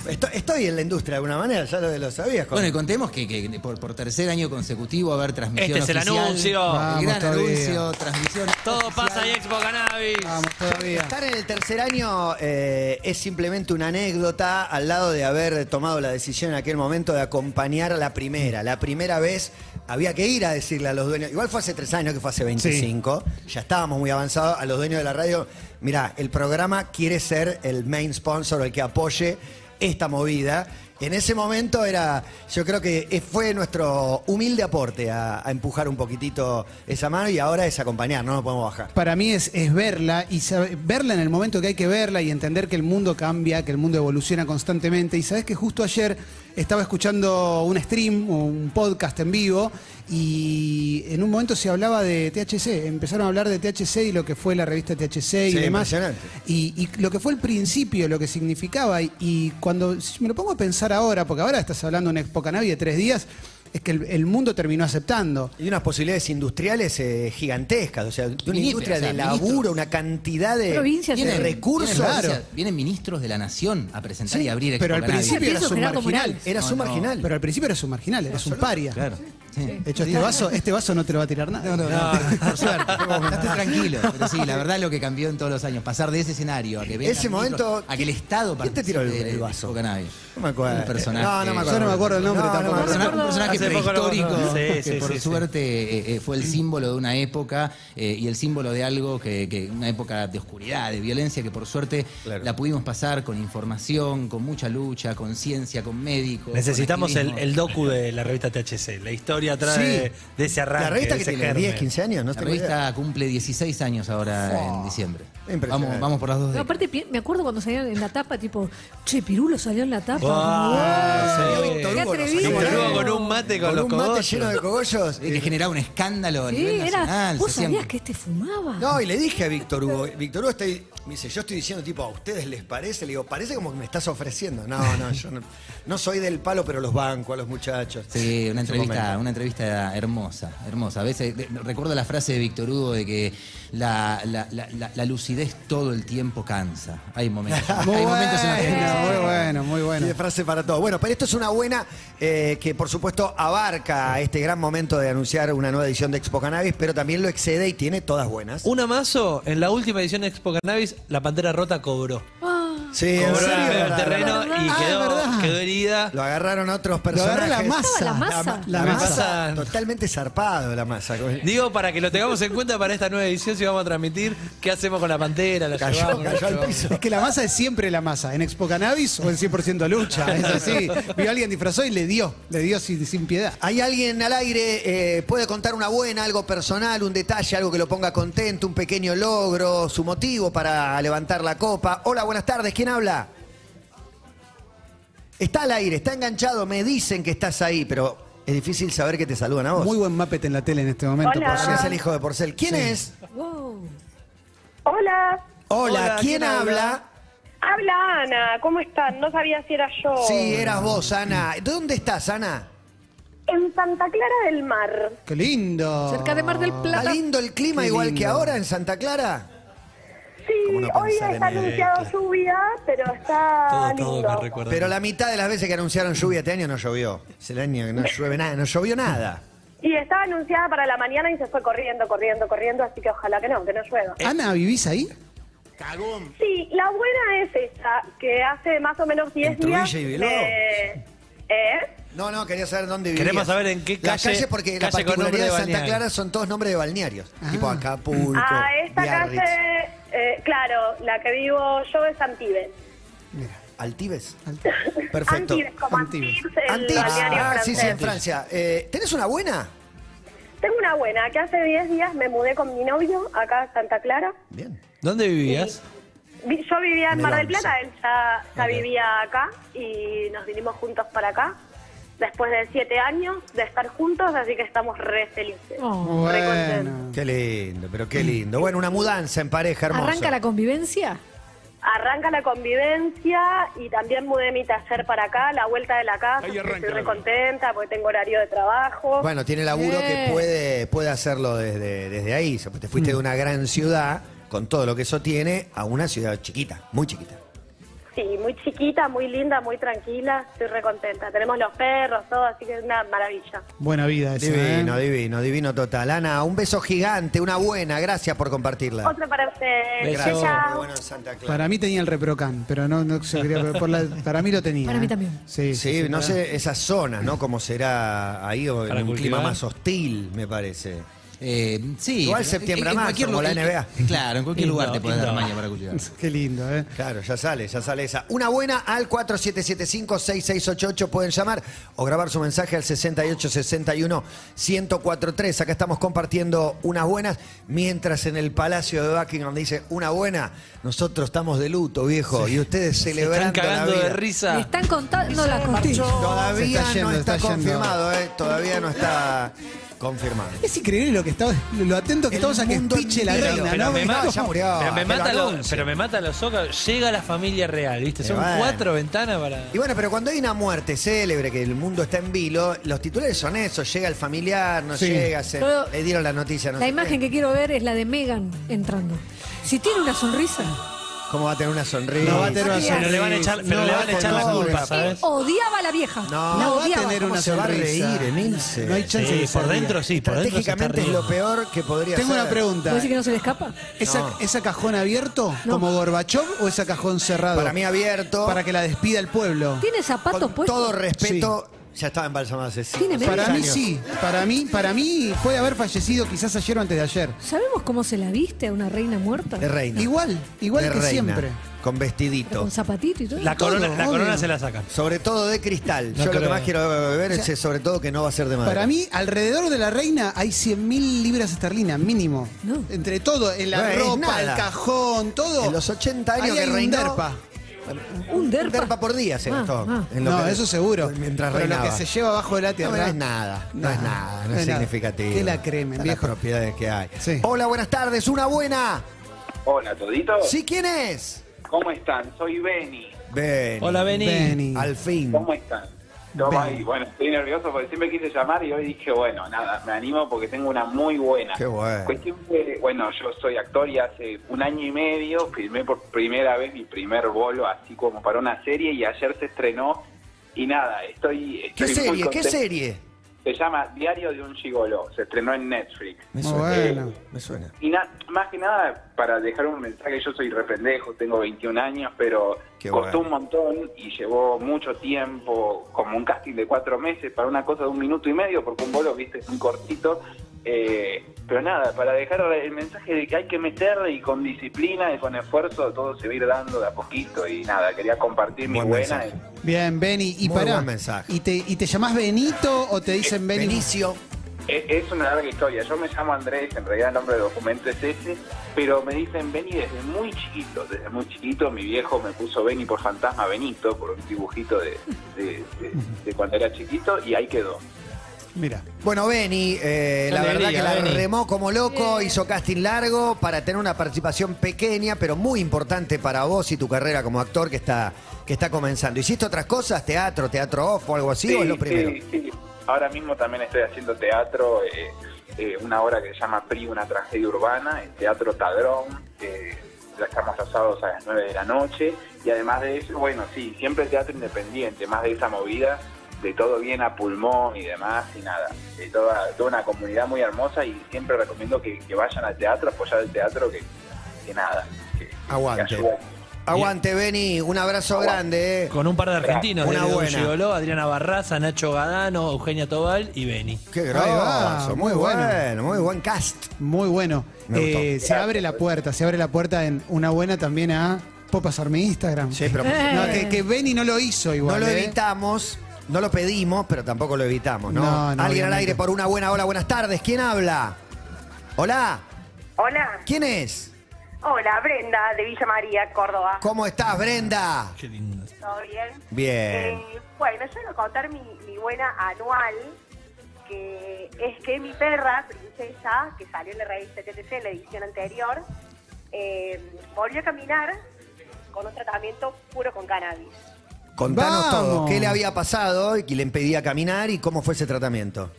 Speaker 3: Estoy, estoy en la industria de alguna manera, ya lo, lo sabías. Juan.
Speaker 2: Bueno, y contemos que, que por, por tercer año consecutivo va a haber transmisión
Speaker 8: Este es el
Speaker 2: oficial.
Speaker 8: anuncio.
Speaker 4: Vamos
Speaker 2: el gran
Speaker 4: todavía.
Speaker 2: anuncio, transmisión
Speaker 8: Todo
Speaker 2: oficial.
Speaker 8: pasa en Expo Cannabis.
Speaker 4: Vamos todavía.
Speaker 3: Estar en el tercer año eh, es simplemente una anécdota al lado de haber tomado la decisión en aquel momento de acompañar a la primera. La primera vez había que ir a decirle a los dueños, igual fue hace tres años, que fue hace 25, ya estábamos muy avanzados, a los dueños de la radio, mirá, el programa quiere ser el main sponsor, el que apoye esta movida. En ese momento era, yo creo que fue nuestro humilde aporte a, a empujar un poquitito esa mano y ahora es acompañar, no nos podemos bajar.
Speaker 4: Para mí es, es verla y sabe- verla en el momento que hay que verla y entender que el mundo cambia, que el mundo evoluciona constantemente. Y sabes que justo ayer estaba escuchando un stream, un podcast en vivo, y en un momento se hablaba de THC. Empezaron a hablar de THC y lo que fue la revista THC y
Speaker 3: Sí,
Speaker 4: demás.
Speaker 3: impresionante.
Speaker 4: Y, y lo que fue el principio, lo que significaba, y, y cuando si me lo pongo a pensar ahora, porque ahora estás hablando de una Expo Cannabis de tres días, es que el- el mundo terminó aceptando.
Speaker 3: Y unas posibilidades industriales eh, gigantescas, o sea, de una
Speaker 2: Ministro,
Speaker 3: industria
Speaker 2: o sea,
Speaker 3: de
Speaker 2: ministros.
Speaker 3: laburo, una cantidad de,
Speaker 6: Provincias
Speaker 3: de
Speaker 6: en-
Speaker 3: recursos.
Speaker 2: Vienen, provincias- vienen ministros de la nación a presentar
Speaker 4: Sí,
Speaker 2: y abrir Expo
Speaker 4: pero al
Speaker 2: Cannabis.
Speaker 4: principio era
Speaker 6: Pienso que era
Speaker 4: submarginal.
Speaker 6: comunal.
Speaker 3: Era
Speaker 2: No,
Speaker 3: submarginal.
Speaker 4: Pero al principio eras un marginal, eras un paria.
Speaker 2: Claro. Sí.
Speaker 4: De hecho, este vaso, este vaso no te lo va a tirar nada.
Speaker 2: No, no, no. Por suerte, estate tranquilo. Pero sí, la verdad lo que cambió en todos los años, pasar de ese escenario a que vengan
Speaker 3: Ese
Speaker 2: ministros,
Speaker 3: momento-
Speaker 2: a que el Estado
Speaker 3: ¿Quién te tiró el-
Speaker 2: participe
Speaker 3: el
Speaker 2: de-
Speaker 3: vaso?
Speaker 2: de Cannabis.
Speaker 3: No me acuerdo.
Speaker 2: Un personaje.
Speaker 3: No, no me acuerdo.
Speaker 4: Yo no me acuerdo el nombre
Speaker 3: No, no me
Speaker 4: tampoco.
Speaker 2: Un personaje, un
Speaker 3: acuerdo.
Speaker 2: personaje
Speaker 8: Hace poco lo
Speaker 2: prehistórico
Speaker 8: conozco.
Speaker 2: que
Speaker 8: Sí, sí,
Speaker 2: por
Speaker 8: sí, sí.
Speaker 2: suerte eh, eh, fue el símbolo de una época eh, y el símbolo de algo que, que- una época de oscuridad, de violencia que por suerte
Speaker 3: Claro.
Speaker 2: la pudimos pasar con información, con mucha lucha, con ciencia, con médicos.
Speaker 7: Necesitamos
Speaker 2: con
Speaker 7: el,
Speaker 2: activismo.
Speaker 7: el docu de la revista THC, la historia atrás
Speaker 3: Sí.
Speaker 7: de, de ese arranque.
Speaker 3: La revista
Speaker 7: de
Speaker 3: que
Speaker 7: ese
Speaker 3: tiene
Speaker 7: germen.
Speaker 3: 10, 15 años, no
Speaker 2: La
Speaker 3: tengo idea.
Speaker 2: revista cumple 16 años ahora en diciembre.
Speaker 3: Impresionante.
Speaker 2: Vamos, vamos por las dos.
Speaker 6: No,
Speaker 2: décadas.
Speaker 6: aparte, pi- me acuerdo cuando salían en la tapa, tipo, che, Pirulo salió en la tapa.
Speaker 7: Ah,
Speaker 6: Como,
Speaker 7: salió
Speaker 6: "Wow,
Speaker 7: Víctor
Speaker 6: qué
Speaker 3: Hugo, no
Speaker 6: atrevido".
Speaker 3: salió
Speaker 8: Víctor Hugo
Speaker 3: Pero-
Speaker 8: con un mate con,
Speaker 3: ¿eh? Con
Speaker 8: los
Speaker 3: un mate
Speaker 8: cogollos.
Speaker 3: lleno de cogollos.
Speaker 2: Eh, que generaba un escándalo a
Speaker 6: Sí,
Speaker 2: nivel
Speaker 6: era,
Speaker 2: nacional.
Speaker 6: vos
Speaker 2: se hacían-
Speaker 6: sabías que este fumaba.
Speaker 3: No, y le dije a Víctor Hugo, Víctor Hugo está ahí, me dice, yo estoy diciendo tipo, ¿a ustedes les parece? Le digo, parece como que me estás ofreciendo. No, no, yo no, no soy del palo, pero los banco a los muchachos.
Speaker 2: Sí, una
Speaker 3: En su
Speaker 2: entrevista,
Speaker 3: momento.
Speaker 2: una entrevista hermosa, hermosa. A veces de- recuerdo la frase de Víctor Hugo de que la, la- la- la- la lucidez todo el tiempo cansa. Hay momentos. hay
Speaker 4: Muy
Speaker 2: momentos en los que
Speaker 4: bueno,
Speaker 2: cansa.
Speaker 4: muy bueno, muy
Speaker 3: Tiene
Speaker 4: bueno.
Speaker 3: frase para todo. Bueno, pero esto es una buena eh, que por supuesto abarca este gran momento de anunciar una nueva edición de Expo Cannabis, pero también lo excede y tiene todas buenas.
Speaker 7: Un amazo, en la última edición de Expo Cannabis, la Pantera Rota cobró.
Speaker 6: Ah,
Speaker 3: Sí, en
Speaker 7: Cobró
Speaker 3: serio,
Speaker 7: el
Speaker 3: la-
Speaker 7: terreno
Speaker 6: verdad.
Speaker 7: y
Speaker 6: Ah,
Speaker 7: quedó,
Speaker 4: verdad.
Speaker 7: quedó herida.
Speaker 3: Lo agarraron otros
Speaker 4: Lo agarró
Speaker 3: personajes.
Speaker 4: la masa.
Speaker 6: Estaba la masa.
Speaker 4: La
Speaker 3: La
Speaker 4: masa.
Speaker 3: masa, Totalmente zarpado la masa.
Speaker 7: Digo, para que lo tengamos en cuenta para esta nueva edición, si vamos a transmitir, ¿qué hacemos con la Pantera? ¿La
Speaker 3: Cayó,
Speaker 7: llevamos?
Speaker 3: cayó al piso.
Speaker 4: Es que la masa es siempre la masa. En Expo Cannabis o en 100% Lucha. Es así. Vio a alguien disfrazado y le dio. Le dio sin, sin piedad.
Speaker 3: ¿Hay alguien al aire? eh, ¿Puede contar una buena, algo personal, un detalle, algo que lo ponga contento, un pequeño logro, su motivo para levantar la copa? Hola, buenas tardes, ¿quién habla? Está al aire, está enganchado, me dicen que estás ahí, pero es difícil saber que te saludan a vos.
Speaker 4: Muy buen mapete en la tele en este momento. por
Speaker 9: Hola.
Speaker 3: Porcel es
Speaker 4: cierto.
Speaker 3: el hijo de Porcel. ¿Quién es?
Speaker 6: wow.
Speaker 9: Hola,
Speaker 3: Hola,
Speaker 7: Hola,
Speaker 3: ¿quién,
Speaker 7: ¿quién
Speaker 3: habla?
Speaker 9: habla Ana, ¿cómo están? No sabía si era yo.
Speaker 3: Sí, eras vos, Ana. ¿De dónde estás, Ana?
Speaker 9: En Santa Clara del Mar.
Speaker 4: Qué lindo.
Speaker 6: Cerca de Mar del
Speaker 3: ¿Está
Speaker 6: Plata.
Speaker 3: Ah, lindo el clima
Speaker 4: Qué
Speaker 3: igual
Speaker 4: lindo.
Speaker 3: que ahora en Santa Clara? ¿Cómo
Speaker 9: Sí,
Speaker 3: no
Speaker 9: hoy
Speaker 3: pensar en
Speaker 9: está
Speaker 3: el-
Speaker 9: anunciado lluvia, pero está
Speaker 7: Todo, todo
Speaker 9: lindo.
Speaker 7: me recuerda.
Speaker 3: Pero la mitad de las veces que anunciaron lluvia este año no llovió. Es el año que no llueve nada, no llovió nada.
Speaker 9: y estaba
Speaker 4: Eh,
Speaker 9: anunciada para la mañana y se fue corriendo, corriendo, corriendo, así que ojalá que no, que no llueva.
Speaker 4: Ana, ¿vivís ahí?
Speaker 10: Cagón.
Speaker 7: Sí, la buena es esta, que hace más o menos 10
Speaker 10: ¿En
Speaker 7: días...
Speaker 10: Trujillo y Bilbao?
Speaker 7: me- ¿Eh?
Speaker 3: No, no, quería saber dónde vivías.
Speaker 5: Queremos saber en qué
Speaker 3: La
Speaker 5: calle-
Speaker 3: calle, porque la
Speaker 5: calle con nombre
Speaker 3: particularidad de
Speaker 5: de
Speaker 3: Santa
Speaker 5: balneario.
Speaker 3: Clara son todos nombres de balnearios. Tipo Acapulco,
Speaker 7: Ah, esta
Speaker 3: Biarritz.
Speaker 7: calle, eh, claro, la que vivo yo es Antibes.
Speaker 4: Mira,
Speaker 3: Altibes.
Speaker 4: alto.
Speaker 3: Perfecto.
Speaker 7: Antibes, como
Speaker 4: Antibes.
Speaker 7: Antibes, el
Speaker 3: Antibes.
Speaker 7: balneario
Speaker 3: Ah, sí, sí, en
Speaker 7: francés.
Speaker 3: Francia. Eh, ¿Tenés una buena?
Speaker 7: Tengo una buena, que hace 10 días me mudé con mi novio acá a Santa Clara.
Speaker 3: Bien.
Speaker 5: ¿Dónde vivías?
Speaker 7: Vi- Yo vivía en
Speaker 3: En
Speaker 7: Mar
Speaker 3: el
Speaker 7: del Plata, él ya, ya
Speaker 5: Ok.
Speaker 7: vivía acá y nos vinimos juntos para acá. Después de siete años de estar juntos, así que estamos re felices.
Speaker 6: Oh.
Speaker 7: Re
Speaker 4: Bueno.
Speaker 7: contentos.
Speaker 3: Qué lindo, pero qué lindo. Bueno, una mudanza en pareja hermosa.
Speaker 6: ¿Arranca la convivencia?
Speaker 7: Arranca la convivencia y también mudé mi taller para acá, la vuelta de la casa.
Speaker 10: Ahí
Speaker 7: así que
Speaker 10: arranca
Speaker 7: Estoy re
Speaker 10: algo.
Speaker 7: contenta porque tengo horario de trabajo.
Speaker 3: Bueno, tiene laburo que
Speaker 6: Bien.
Speaker 3: puede, puede hacerlo desde, desde ahí. O sea, pues Te
Speaker 4: Mm.
Speaker 3: fuiste de una gran ciudad, con todo lo que eso tiene, a una ciudad chiquita, muy chiquita.
Speaker 7: Sí, muy chiquita, muy linda, muy tranquila. Estoy re contenta. Tenemos los perros, todo, así que es una maravilla.
Speaker 4: Buena vida esa,
Speaker 3: Divino,
Speaker 4: ¿eh?
Speaker 3: divino, divino total. Ana, un beso gigante, una buena, gracias por compartirla.
Speaker 7: Otro para ustedes.
Speaker 5: Beso.
Speaker 7: Chao.
Speaker 3: Bueno, Santa Clara.
Speaker 4: Para mí tenía el reprocan, pero no, no se quería. pero por la- para mí lo tenía.
Speaker 6: Para
Speaker 4: ¿eh?
Speaker 6: mí también.
Speaker 4: Sí,
Speaker 3: Sí, no
Speaker 4: para-
Speaker 3: sé esas zonas, ¿no? Cómo será ahí o en
Speaker 5: Para
Speaker 3: un clima
Speaker 5: cultivar.
Speaker 3: más hostil, me parece.
Speaker 2: Eh, sí.
Speaker 3: Igual
Speaker 2: pero
Speaker 3: septiembre más,
Speaker 2: cualquier
Speaker 3: como
Speaker 2: lu-
Speaker 3: la NBA.
Speaker 2: Claro, en cualquier
Speaker 5: Y
Speaker 2: lugar
Speaker 5: no,
Speaker 2: te
Speaker 5: y
Speaker 2: podés dar
Speaker 5: no.
Speaker 2: maña para cuchillar.
Speaker 4: Qué lindo, ¿eh?
Speaker 3: Claro, ya sale, ya sale esa. Una buena al 4775-6688 pueden llamar o grabar su mensaje al 6861-1043. Acá estamos compartiendo unas buenas, mientras en el Palacio de Buckingham dice una buena, nosotros estamos de luto, viejo, y ustedes
Speaker 5: Están
Speaker 3: celebrando la
Speaker 5: cagando
Speaker 3: vida.
Speaker 5: de risa.
Speaker 6: Le están contando la costilla.
Speaker 3: Todavía
Speaker 4: Se está
Speaker 3: no
Speaker 4: yendo,
Speaker 3: está,
Speaker 4: está yendo.
Speaker 3: confirmado, ¿eh? Todavía no está confirmado.
Speaker 4: Es increíble lo que está, lo atento que
Speaker 3: El
Speaker 4: estamos a que
Speaker 3: mundo
Speaker 4: piche la
Speaker 3: entero.
Speaker 4: reina,
Speaker 3: Pero
Speaker 4: ¿no?
Speaker 5: me
Speaker 4: ¿Viste?
Speaker 3: mata-
Speaker 4: Como-
Speaker 3: murió.
Speaker 5: Pero me,
Speaker 3: que lo
Speaker 5: mata los,
Speaker 3: anuncien.
Speaker 5: pero me mata los ojos. Llega la familia real, ¿viste? Son
Speaker 3: Eh, bueno.
Speaker 5: cuatro ventanas para.
Speaker 3: Y bueno, pero cuando hay una muerte célebre, que el mundo está en vilo, los titulares son esos, llega el familiar, no
Speaker 4: Sí.
Speaker 3: llega, se-
Speaker 6: Yo-
Speaker 3: le dieron la noticia. No
Speaker 6: La
Speaker 3: sé
Speaker 6: imagen
Speaker 3: qué.
Speaker 6: que quiero ver es la de Megan entrando. Si tiene una sonrisa,
Speaker 3: ¿Cómo va a tener una sonrisa?
Speaker 4: No va a tener una
Speaker 5: Pero le van a echar, pero
Speaker 3: No
Speaker 5: le
Speaker 3: va
Speaker 5: van a
Speaker 3: a
Speaker 5: echar la
Speaker 3: tener
Speaker 5: culpa,
Speaker 3: culpa.
Speaker 5: ¿sabes?
Speaker 6: odiaba a la vieja.
Speaker 3: No,
Speaker 6: la
Speaker 4: No va
Speaker 6: odiaba.
Speaker 4: a tener
Speaker 3: ¿Cómo
Speaker 4: una
Speaker 3: se va a
Speaker 4: sonrisa.
Speaker 3: reír, Emilce?
Speaker 4: No hay chance
Speaker 5: Sí,
Speaker 4: de que se
Speaker 5: por
Speaker 4: ría.
Speaker 5: damente sí, por dentro se está
Speaker 3: Estratégicamente es
Speaker 5: riendo.
Speaker 3: lo peor que podría
Speaker 4: Tengo
Speaker 3: ser.
Speaker 4: una pregunta.
Speaker 6: ¿Puede decir que no se le escapa?
Speaker 4: ¿Esa,
Speaker 3: No.
Speaker 4: ¿Esa cajón abierto como Gorbachov o esa cajón cerrado?
Speaker 3: Para mí abierto,
Speaker 4: Para que la despida el pueblo.
Speaker 6: ¿Tiene zapatos
Speaker 3: con
Speaker 6: puestos?
Speaker 3: todo respeto, ya estaba embalsamada hace cinco,
Speaker 6: Tiene
Speaker 3: seis
Speaker 4: Para mí
Speaker 3: años.
Speaker 4: sí, para mí, para mí puede haber fallecido quizás ayer o antes de ayer.
Speaker 6: ¿Sabemos cómo se la viste a una reina muerta?
Speaker 3: De reina.
Speaker 4: Igual, igual
Speaker 3: De
Speaker 4: que
Speaker 3: reina,
Speaker 4: siempre.
Speaker 3: Con vestidito.
Speaker 6: Con zapatito y todo.
Speaker 5: La corona, la
Speaker 4: obvio.
Speaker 5: corona se la sacan.
Speaker 3: Sobre todo de cristal.
Speaker 5: No
Speaker 3: Yo lo que
Speaker 5: creo.
Speaker 3: más quiero ver es eh, sobre todo que no va a ser de madera.
Speaker 4: Para mí, alrededor de la reina hay 100.000 libras esterlinas, mínimo.
Speaker 6: No.
Speaker 4: Entre todo, en la
Speaker 3: No es
Speaker 4: ropa, el
Speaker 3: nada.
Speaker 4: cajón, todo.
Speaker 3: En los 80 años
Speaker 4: Ahí
Speaker 3: que
Speaker 4: hay un
Speaker 3: reinó.
Speaker 4: derpa.
Speaker 6: Un derpa.
Speaker 3: por día se
Speaker 6: Ah,
Speaker 3: gastó.
Speaker 6: ah.
Speaker 3: en lo
Speaker 4: No,
Speaker 3: que-
Speaker 4: eso seguro.
Speaker 3: Mientras
Speaker 4: Pero
Speaker 3: reinaba.
Speaker 4: lo que se lleva abajo de la
Speaker 3: No,
Speaker 4: tierra.
Speaker 3: no es nada, no, es nada, no es significativo.
Speaker 4: Que la cremen,
Speaker 3: Están
Speaker 4: viejo.
Speaker 3: Las propiedades que hay.
Speaker 4: Sí.
Speaker 3: Hola, buenas tardes, una buena.
Speaker 11: Hola, todito.
Speaker 3: ¿Sí quién es?
Speaker 11: ¿Cómo están? Soy Benny.
Speaker 3: Ven.
Speaker 5: Hola, Beni.
Speaker 4: Beni.
Speaker 3: Al fin.
Speaker 11: ¿Cómo están? Yo,
Speaker 4: Bien.
Speaker 11: ay, bueno, estoy nervioso porque siempre quise llamar y hoy dije, bueno, nada, me animo porque tengo una muy buena.
Speaker 3: Qué bueno.
Speaker 11: Cuestión que, bueno, yo soy actor y hace un año y medio filmé por primera vez mi primer bolo así como para una serie y ayer se estrenó y nada, estoy,
Speaker 3: ¿Qué
Speaker 11: estoy muy
Speaker 3: serie? ¿Qué
Speaker 11: contento.
Speaker 3: serie?
Speaker 11: Se llama Diario de un Gigoló, se estrenó en Netflix. Eh,
Speaker 3: Me
Speaker 4: Muy
Speaker 3: suena.
Speaker 4: bueno.
Speaker 3: Me suena.
Speaker 11: Y na- más que nada, para dejar un mensaje, yo soy rependejo, tengo 21 años, pero
Speaker 3: Qué bueno.
Speaker 11: costó un montón y llevó mucho tiempo, como un casting de cuatro meses para una cosa de un minuto y medio, porque un bolo, viste, es muy cortito. Eh, pero nada, para dejar el mensaje de que hay que meterle y con disciplina y con esfuerzo todo se va a ir dando de a poquito y nada, quería compartir mi
Speaker 3: Buen
Speaker 11: buena.
Speaker 3: mensaje.
Speaker 4: Bien, Beni. Y
Speaker 3: Muy
Speaker 4: pará.
Speaker 3: buen mensaje. Eh,
Speaker 4: ¿Y te, ¿Y te llamás Benito o te dicen Beni?
Speaker 3: Benicio.
Speaker 11: Es, es una larga historia. Yo me llamo Andrés, en realidad el nombre de documento es ese, pero me dicen Benny desde muy chiquito. Desde muy chiquito mi viejo me puso Benny por fantasma Benito, por un dibujito de, de- de- de cuando era chiquito, y ahí quedó.
Speaker 4: Mira.
Speaker 3: Bueno, Beni, eh, la
Speaker 5: Alegría,
Speaker 3: verdad que la
Speaker 5: Beni.
Speaker 3: remó como loco, hizo casting largo para tener una participación pequeña, pero muy importante para vos y tu carrera como actor que está, que está comenzando. ¿Hiciste otras cosas? ¿Teatro, teatro off o algo así? ¿O es lo primero?
Speaker 11: sí, sí. Ahora mismo también estoy haciendo teatro, eh, eh, una obra que se llama PRI, una tragedia urbana, el Teatro Tadrón. eh, la estamos los sábados a las 9 de la noche. Y además de eso, bueno, sí, siempre el teatro independiente, más de esa movida, de todo bien a pulmón y demás, y nada. De toda, toda una comunidad muy hermosa y siempre recomiendo que, que vayan al teatro, apoyar el teatro, que, que nada, que,
Speaker 3: Aguante.
Speaker 8: ayuda.
Speaker 3: Aguante, Beni. Un abrazo grande. eh.
Speaker 5: Con un par de argentinos,
Speaker 3: Una
Speaker 5: Diego
Speaker 3: buena.
Speaker 5: Gigoló, Adriana Barraza, Nacho Gadano, Eugenia Tobal y Beni.
Speaker 3: Qué
Speaker 4: Ahí va,
Speaker 3: groso. Muy
Speaker 4: muy bueno.
Speaker 3: bueno. Muy buen cast.
Speaker 4: Muy bueno.
Speaker 3: Me gustó.
Speaker 4: Eh, se abre la puerta, se abre la puerta en una buena también a. Puedo pasar mi Instagram.
Speaker 3: Sí, pero-
Speaker 6: Eh.
Speaker 4: No, que, que Benny no lo hizo igual.
Speaker 3: Eh. no lo
Speaker 4: ¿eh?
Speaker 3: evitamos, no lo pedimos, pero tampoco lo evitamos, ¿no?
Speaker 4: No, no,
Speaker 3: Alguien al
Speaker 4: obviamente.
Speaker 3: aire por una buena hora, buenas tardes. ¿Quién habla? Hola,
Speaker 9: Hola.
Speaker 3: ¿quién es?
Speaker 9: Hola, Brenda de Villa María, Córdoba.
Speaker 3: ¿Cómo estás, Brenda?
Speaker 5: Qué lindo.
Speaker 9: ¿Todo bien?
Speaker 3: Bien.
Speaker 9: Eh, bueno, yo quiero contar mi, mi buena anual, que es que mi perra, Princesa, que salió en la revista TTC, la edición anterior, eh, volvió a caminar con un tratamiento puro con cannabis.
Speaker 4: Vamos.
Speaker 3: Contanos todo, ¿qué le había pasado y que le impedía caminar y cómo fue ese tratamiento?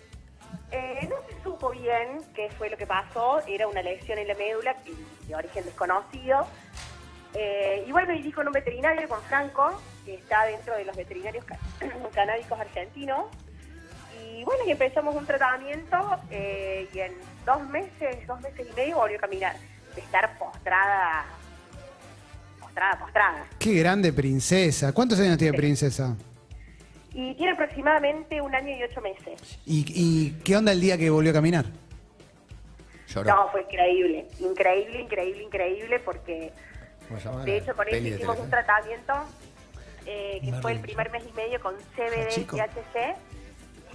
Speaker 9: Eh, no se supo bien qué fue lo que pasó, era una lesión en la médula y de origen desconocido. Eh, y bueno, y dijo en un veterinario con Franco, que está dentro de los veterinarios ca- canábicos argentinos. Y bueno, y empezamos un tratamiento eh, y en dos meses, dos meses y medio volvió a caminar, de estar postrada, postrada, postrada.
Speaker 4: Qué grande princesa. ¿Cuántos años tiene princesa?
Speaker 9: Y tiene aproximadamente un año y ocho meses.
Speaker 4: ¿Y, y qué onda el día que volvió a caminar?
Speaker 9: No, fue increíble, increíble, increíble, increíble, porque de hecho con él hicimos un tratamiento eh, que fue el primer mes y medio con CBD y THC,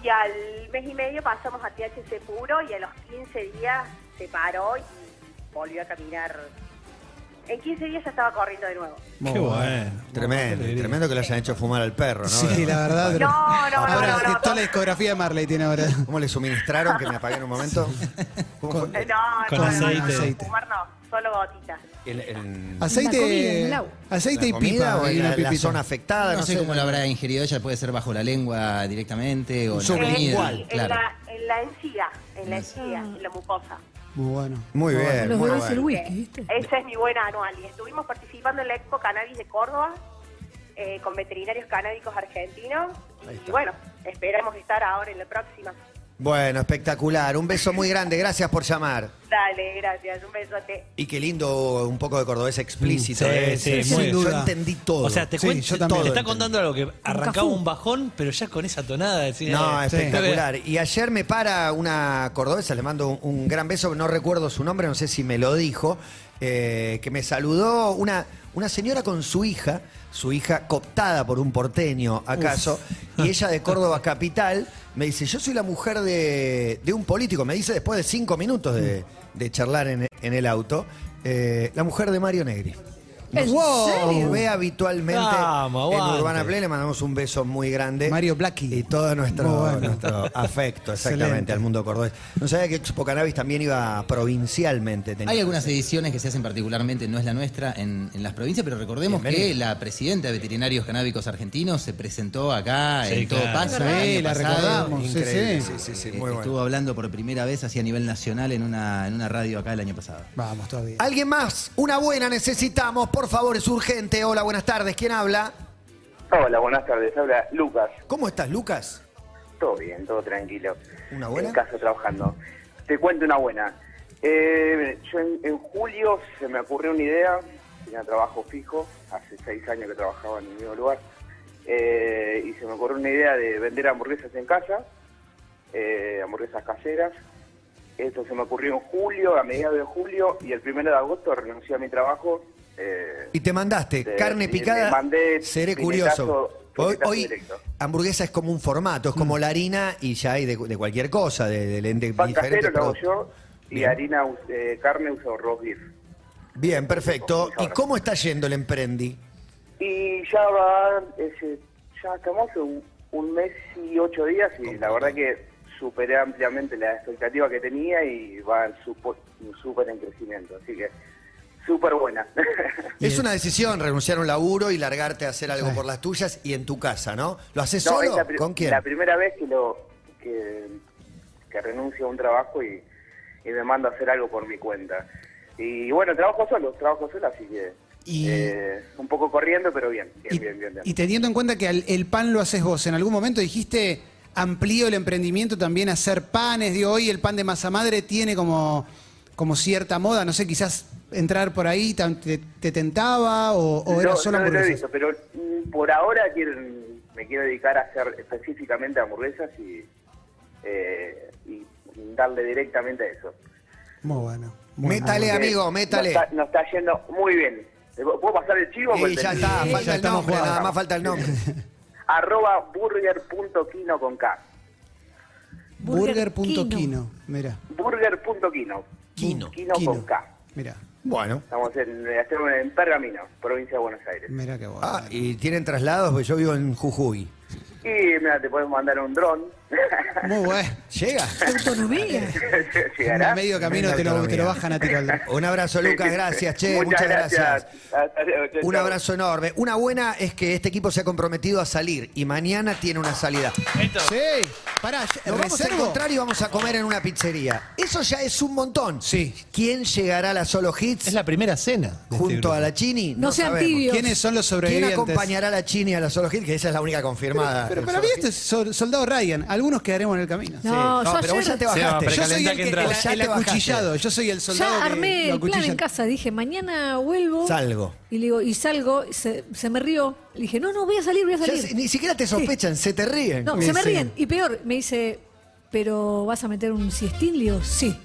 Speaker 9: y al mes y medio pasamos a THC puro y a los 15 días se paró y volvió a caminar. En 15 días ya estaba corriendo de nuevo.
Speaker 5: Qué bueno.
Speaker 3: Tremendo, tremendo que le hayan hecho fumar al perro, ¿no? Ah,
Speaker 4: Sí, la verdad.
Speaker 9: No, no, no,
Speaker 4: Ahora,
Speaker 9: no, no.
Speaker 4: Toda la discografía de Marley tiene ahora.
Speaker 3: ¿Cómo le suministraron que me apagué en un momento? ¿Cómo fue?
Speaker 9: Eh, No,
Speaker 5: Con
Speaker 9: no, no,
Speaker 5: aceite.
Speaker 9: no, no,
Speaker 4: Aceite.
Speaker 9: fumar no, solo gotitas.
Speaker 3: El- el-
Speaker 4: Aceite,
Speaker 12: La
Speaker 3: Eh,
Speaker 12: comida, el agua.
Speaker 4: aceite y
Speaker 3: la comida
Speaker 4: pipa.
Speaker 3: o
Speaker 4: y
Speaker 3: en
Speaker 4: una
Speaker 3: la, la
Speaker 4: pipita.
Speaker 3: zona afectada?
Speaker 2: No, sé, cómo lo habrá ingerido ella, puede ser bajo la lengua directamente o en la
Speaker 3: Sobre
Speaker 2: comida,
Speaker 3: igual,
Speaker 9: en,
Speaker 2: claro.
Speaker 9: la, en la encía, en la encía, en la mucosa. Eh,
Speaker 4: Muy bueno.
Speaker 3: Muy bien,
Speaker 12: Los
Speaker 3: muy
Speaker 12: bebés el
Speaker 3: bueno.
Speaker 12: whisky, ¿viste?
Speaker 9: Esa es mi buena anual. Y estuvimos participando en la Expo Cannabis de Córdoba eh, con veterinarios canábicos argentinos. Y bueno, esperamos estar ahora en la próxima.
Speaker 3: Bueno, espectacular. Un beso muy grande. Gracias por llamar.
Speaker 9: Dale, gracias. Un besote.
Speaker 3: Y qué lindo un poco de cordobés explícito.
Speaker 5: Mm, Sí,
Speaker 3: ¿eh?
Speaker 5: sí,
Speaker 4: muy
Speaker 3: yo
Speaker 4: bien.
Speaker 3: entendí todo.
Speaker 5: O sea, te,
Speaker 4: Sí,
Speaker 5: cuento-
Speaker 4: yo también.
Speaker 5: te está
Speaker 3: Todo
Speaker 5: contando algo que arrancaba
Speaker 12: Cafú.
Speaker 5: un bajón, pero ya con esa tonada. decía,
Speaker 3: No,
Speaker 5: eh,
Speaker 3: espectacular. Y ayer me para una cordobesa, le mando un, un gran beso, no recuerdo su nombre, no sé si me lo dijo, eh, que me saludó una, una señora con su hija, su hija cooptada por un porteño, acaso, y ella de Córdoba Capital, me dice, yo soy la mujer de, de un político, me dice después de cinco minutos de, de charlar en, en el auto, eh, la mujer de Mario Negri.
Speaker 12: ¿En serio?
Speaker 3: Ve habitualmente
Speaker 5: Vamos,
Speaker 3: en
Speaker 5: aguante.
Speaker 3: Urbana Play, le mandamos un beso muy grande.
Speaker 4: Mario Blackie.
Speaker 3: Y todo nuestro,
Speaker 4: Muy bueno.
Speaker 3: nuestro afecto, exactamente,
Speaker 4: Excelente.
Speaker 3: al mundo cordobés. No sabía que Expo Cannabis también iba provincialmente. tenía
Speaker 2: Hay
Speaker 3: que
Speaker 2: algunas
Speaker 3: ser.
Speaker 2: ediciones que se hacen particularmente, no es la nuestra, en, en las provincias, pero recordemos
Speaker 3: Bienvenido.
Speaker 2: que la presidenta de Veterinarios Canábicos Argentinos se presentó acá
Speaker 5: Sí,
Speaker 4: ¿eh?
Speaker 2: en Todo
Speaker 5: claro.
Speaker 2: Pasa. el
Speaker 4: Sí,
Speaker 2: año
Speaker 4: la
Speaker 2: pasado.
Speaker 4: recordamos. Sí,
Speaker 3: Increíble,
Speaker 4: sí.
Speaker 3: sí, sí, sí,
Speaker 2: Eh,
Speaker 3: muy
Speaker 2: Estuvo
Speaker 3: bueno.
Speaker 2: hablando por primera vez así a nivel nacional en una, en una radio acá el año pasado.
Speaker 4: Vamos todavía.
Speaker 3: Alguien más, una buena necesitamos, por favor, es urgente. Hola, buenas tardes, ¿quién habla?
Speaker 8: Hola, buenas tardes. Habla Lucas.
Speaker 3: ¿Cómo estás, Lucas?
Speaker 8: Todo bien, todo tranquilo.
Speaker 3: ¿Una buena?
Speaker 8: En casa trabajando. Te cuento una buena. Eh, yo en, en julio se me ocurrió una idea, tenía trabajo fijo, hace seis años que trabajaba en el mismo lugar, eh, y se me ocurrió una idea de vender hamburguesas en casa, eh, hamburguesas caseras. Esto se me ocurrió en julio, a mediados de julio, y el primero de agosto renuncié a mi trabajo. eh,
Speaker 3: Y te mandaste
Speaker 8: Sí,
Speaker 3: carne
Speaker 8: sí,
Speaker 3: picada.
Speaker 8: me mandé
Speaker 3: seré
Speaker 8: filetazo-
Speaker 3: curioso. Hoy,
Speaker 8: filetazo
Speaker 3: hoy
Speaker 8: directo.
Speaker 3: hamburguesa es como un formato, es
Speaker 4: Mm.
Speaker 3: como la harina y ya hay de, de cualquier cosa, de, de, de
Speaker 8: pan casero
Speaker 3: diferentes
Speaker 8: lo hago
Speaker 3: productos.
Speaker 8: yo, y
Speaker 3: Bien.
Speaker 8: harina, us- eh, carne uso roast beef.
Speaker 3: Bien, perfecto. ¿Y
Speaker 8: Ahora.
Speaker 3: cómo está yendo el emprendi?
Speaker 8: Y ya va, ese- ya estamos hace un, un mes y ocho días y la verdad que superé ampliamente la expectativa que tenía y va en supo- súper en crecimiento, así que súper buena.
Speaker 3: Es una decisión renunciar a un laburo y largarte a hacer algo por las tuyas y en tu casa, ¿no? ¿Lo haces
Speaker 8: No, es
Speaker 3: solo?
Speaker 8: la pri-
Speaker 3: ¿Con quién?
Speaker 8: La primera vez que lo que, que renuncio a un trabajo y, y me mando a hacer algo por mi cuenta. Y bueno, trabajo solo, trabajo solo, así que
Speaker 4: Y-
Speaker 8: eh, un poco corriendo, pero bien, bien,
Speaker 4: Y,
Speaker 8: bien, bien. bien.
Speaker 4: y teniendo en cuenta que al- el pan lo haces vos, en algún momento dijiste amplío el emprendimiento también a hacer panes, digo, hoy el pan de masa madre tiene como, como cierta moda, no sé, quizás entrar por ahí? tan- ¿Te, te tentaba o, o era
Speaker 8: No,
Speaker 4: solo
Speaker 8: no lo he
Speaker 4: hamburguesas?
Speaker 8: visto, pero mm, por ahora quieren- me quiero dedicar a hacer específicamente hamburguesas y, eh, y darle directamente a eso.
Speaker 4: Muy bueno. Ah, muy
Speaker 3: Métale,
Speaker 4: bueno.
Speaker 3: amigo, métale.
Speaker 8: Nos está, nos está yendo muy bien. ¿Puedo pasar el chivo?
Speaker 3: Y ya está,
Speaker 8: Sí.
Speaker 3: falta el
Speaker 4: estamos
Speaker 3: nombre,
Speaker 4: jugando.
Speaker 3: nada más falta el nombre.
Speaker 8: Arroba burger.kino con K.
Speaker 6: Burger
Speaker 4: Burger.kino. Mira.
Speaker 8: Burger.kino.
Speaker 5: Quino.
Speaker 8: Kino con K.
Speaker 4: Mira,
Speaker 3: Bueno.
Speaker 8: Estamos en, estamos en Pergamino, provincia de Buenos Aires.
Speaker 4: mira qué bueno.
Speaker 3: Ah, y tienen traslados, porque yo vivo en Jujuy.
Speaker 8: Y mira, te podemos mandar un dron.
Speaker 4: Muy bueno.
Speaker 3: Llega.
Speaker 6: Autonomía.
Speaker 8: Llegará.
Speaker 4: A medio camino
Speaker 3: Tremenda
Speaker 4: te lo, te lo
Speaker 3: autonomía.
Speaker 4: bajan a tiro al
Speaker 3: Un abrazo, Lucas, gracias, che, muchas, gracias.
Speaker 8: Hasta luego, chau,
Speaker 3: Un
Speaker 8: chau.
Speaker 3: abrazo enorme. Una buena es que este equipo se ha comprometido a salir y mañana tiene una salida.
Speaker 4: Sí. Pará,
Speaker 3: Nos vamos a
Speaker 4: reservo.
Speaker 3: encontrar y vamos a comer en una pizzería. Eso ya es un montón.
Speaker 4: Sí.
Speaker 3: ¿Quién llegará a la solo hits
Speaker 5: Es la primera cena. de este
Speaker 3: junto
Speaker 5: grupo.
Speaker 3: a la Chini?
Speaker 6: No sean
Speaker 3: sabemos.
Speaker 6: tibios.
Speaker 4: ¿Quiénes son los
Speaker 3: ¿Quién
Speaker 4: sobrevivientes?
Speaker 3: acompañará a la Chini a la solo hits? Que esa es la única confirmada.
Speaker 4: Pero para mí esto es sol- soldado Ryan. Algunos quedaremos en el camino.
Speaker 6: No,
Speaker 3: No,
Speaker 6: yo
Speaker 3: pero vos ya
Speaker 6: ayer
Speaker 3: te
Speaker 7: Se llama
Speaker 3: bajaste.
Speaker 4: Yo soy
Speaker 7: Precalenta
Speaker 4: el,
Speaker 7: que
Speaker 4: que, el,
Speaker 7: entra.
Speaker 3: Ya
Speaker 4: el
Speaker 3: te bajaste.
Speaker 4: acuchillado. Yo soy el soldado
Speaker 6: ya
Speaker 4: que
Speaker 6: armé
Speaker 4: lo
Speaker 6: el plan en
Speaker 4: acuchillan.
Speaker 6: casa, dije, mañana vuelvo.
Speaker 3: Salgo.
Speaker 6: Y le digo, y salgo, se, se me rió. Le dije, no, no, voy a salir, voy a
Speaker 3: Ya
Speaker 6: salir.
Speaker 3: se- ni siquiera te sospechan, se te ríen.
Speaker 6: No, se me ríen. Y peor, me dice, ¿pero vas a meter un siestín? Le digo, sí.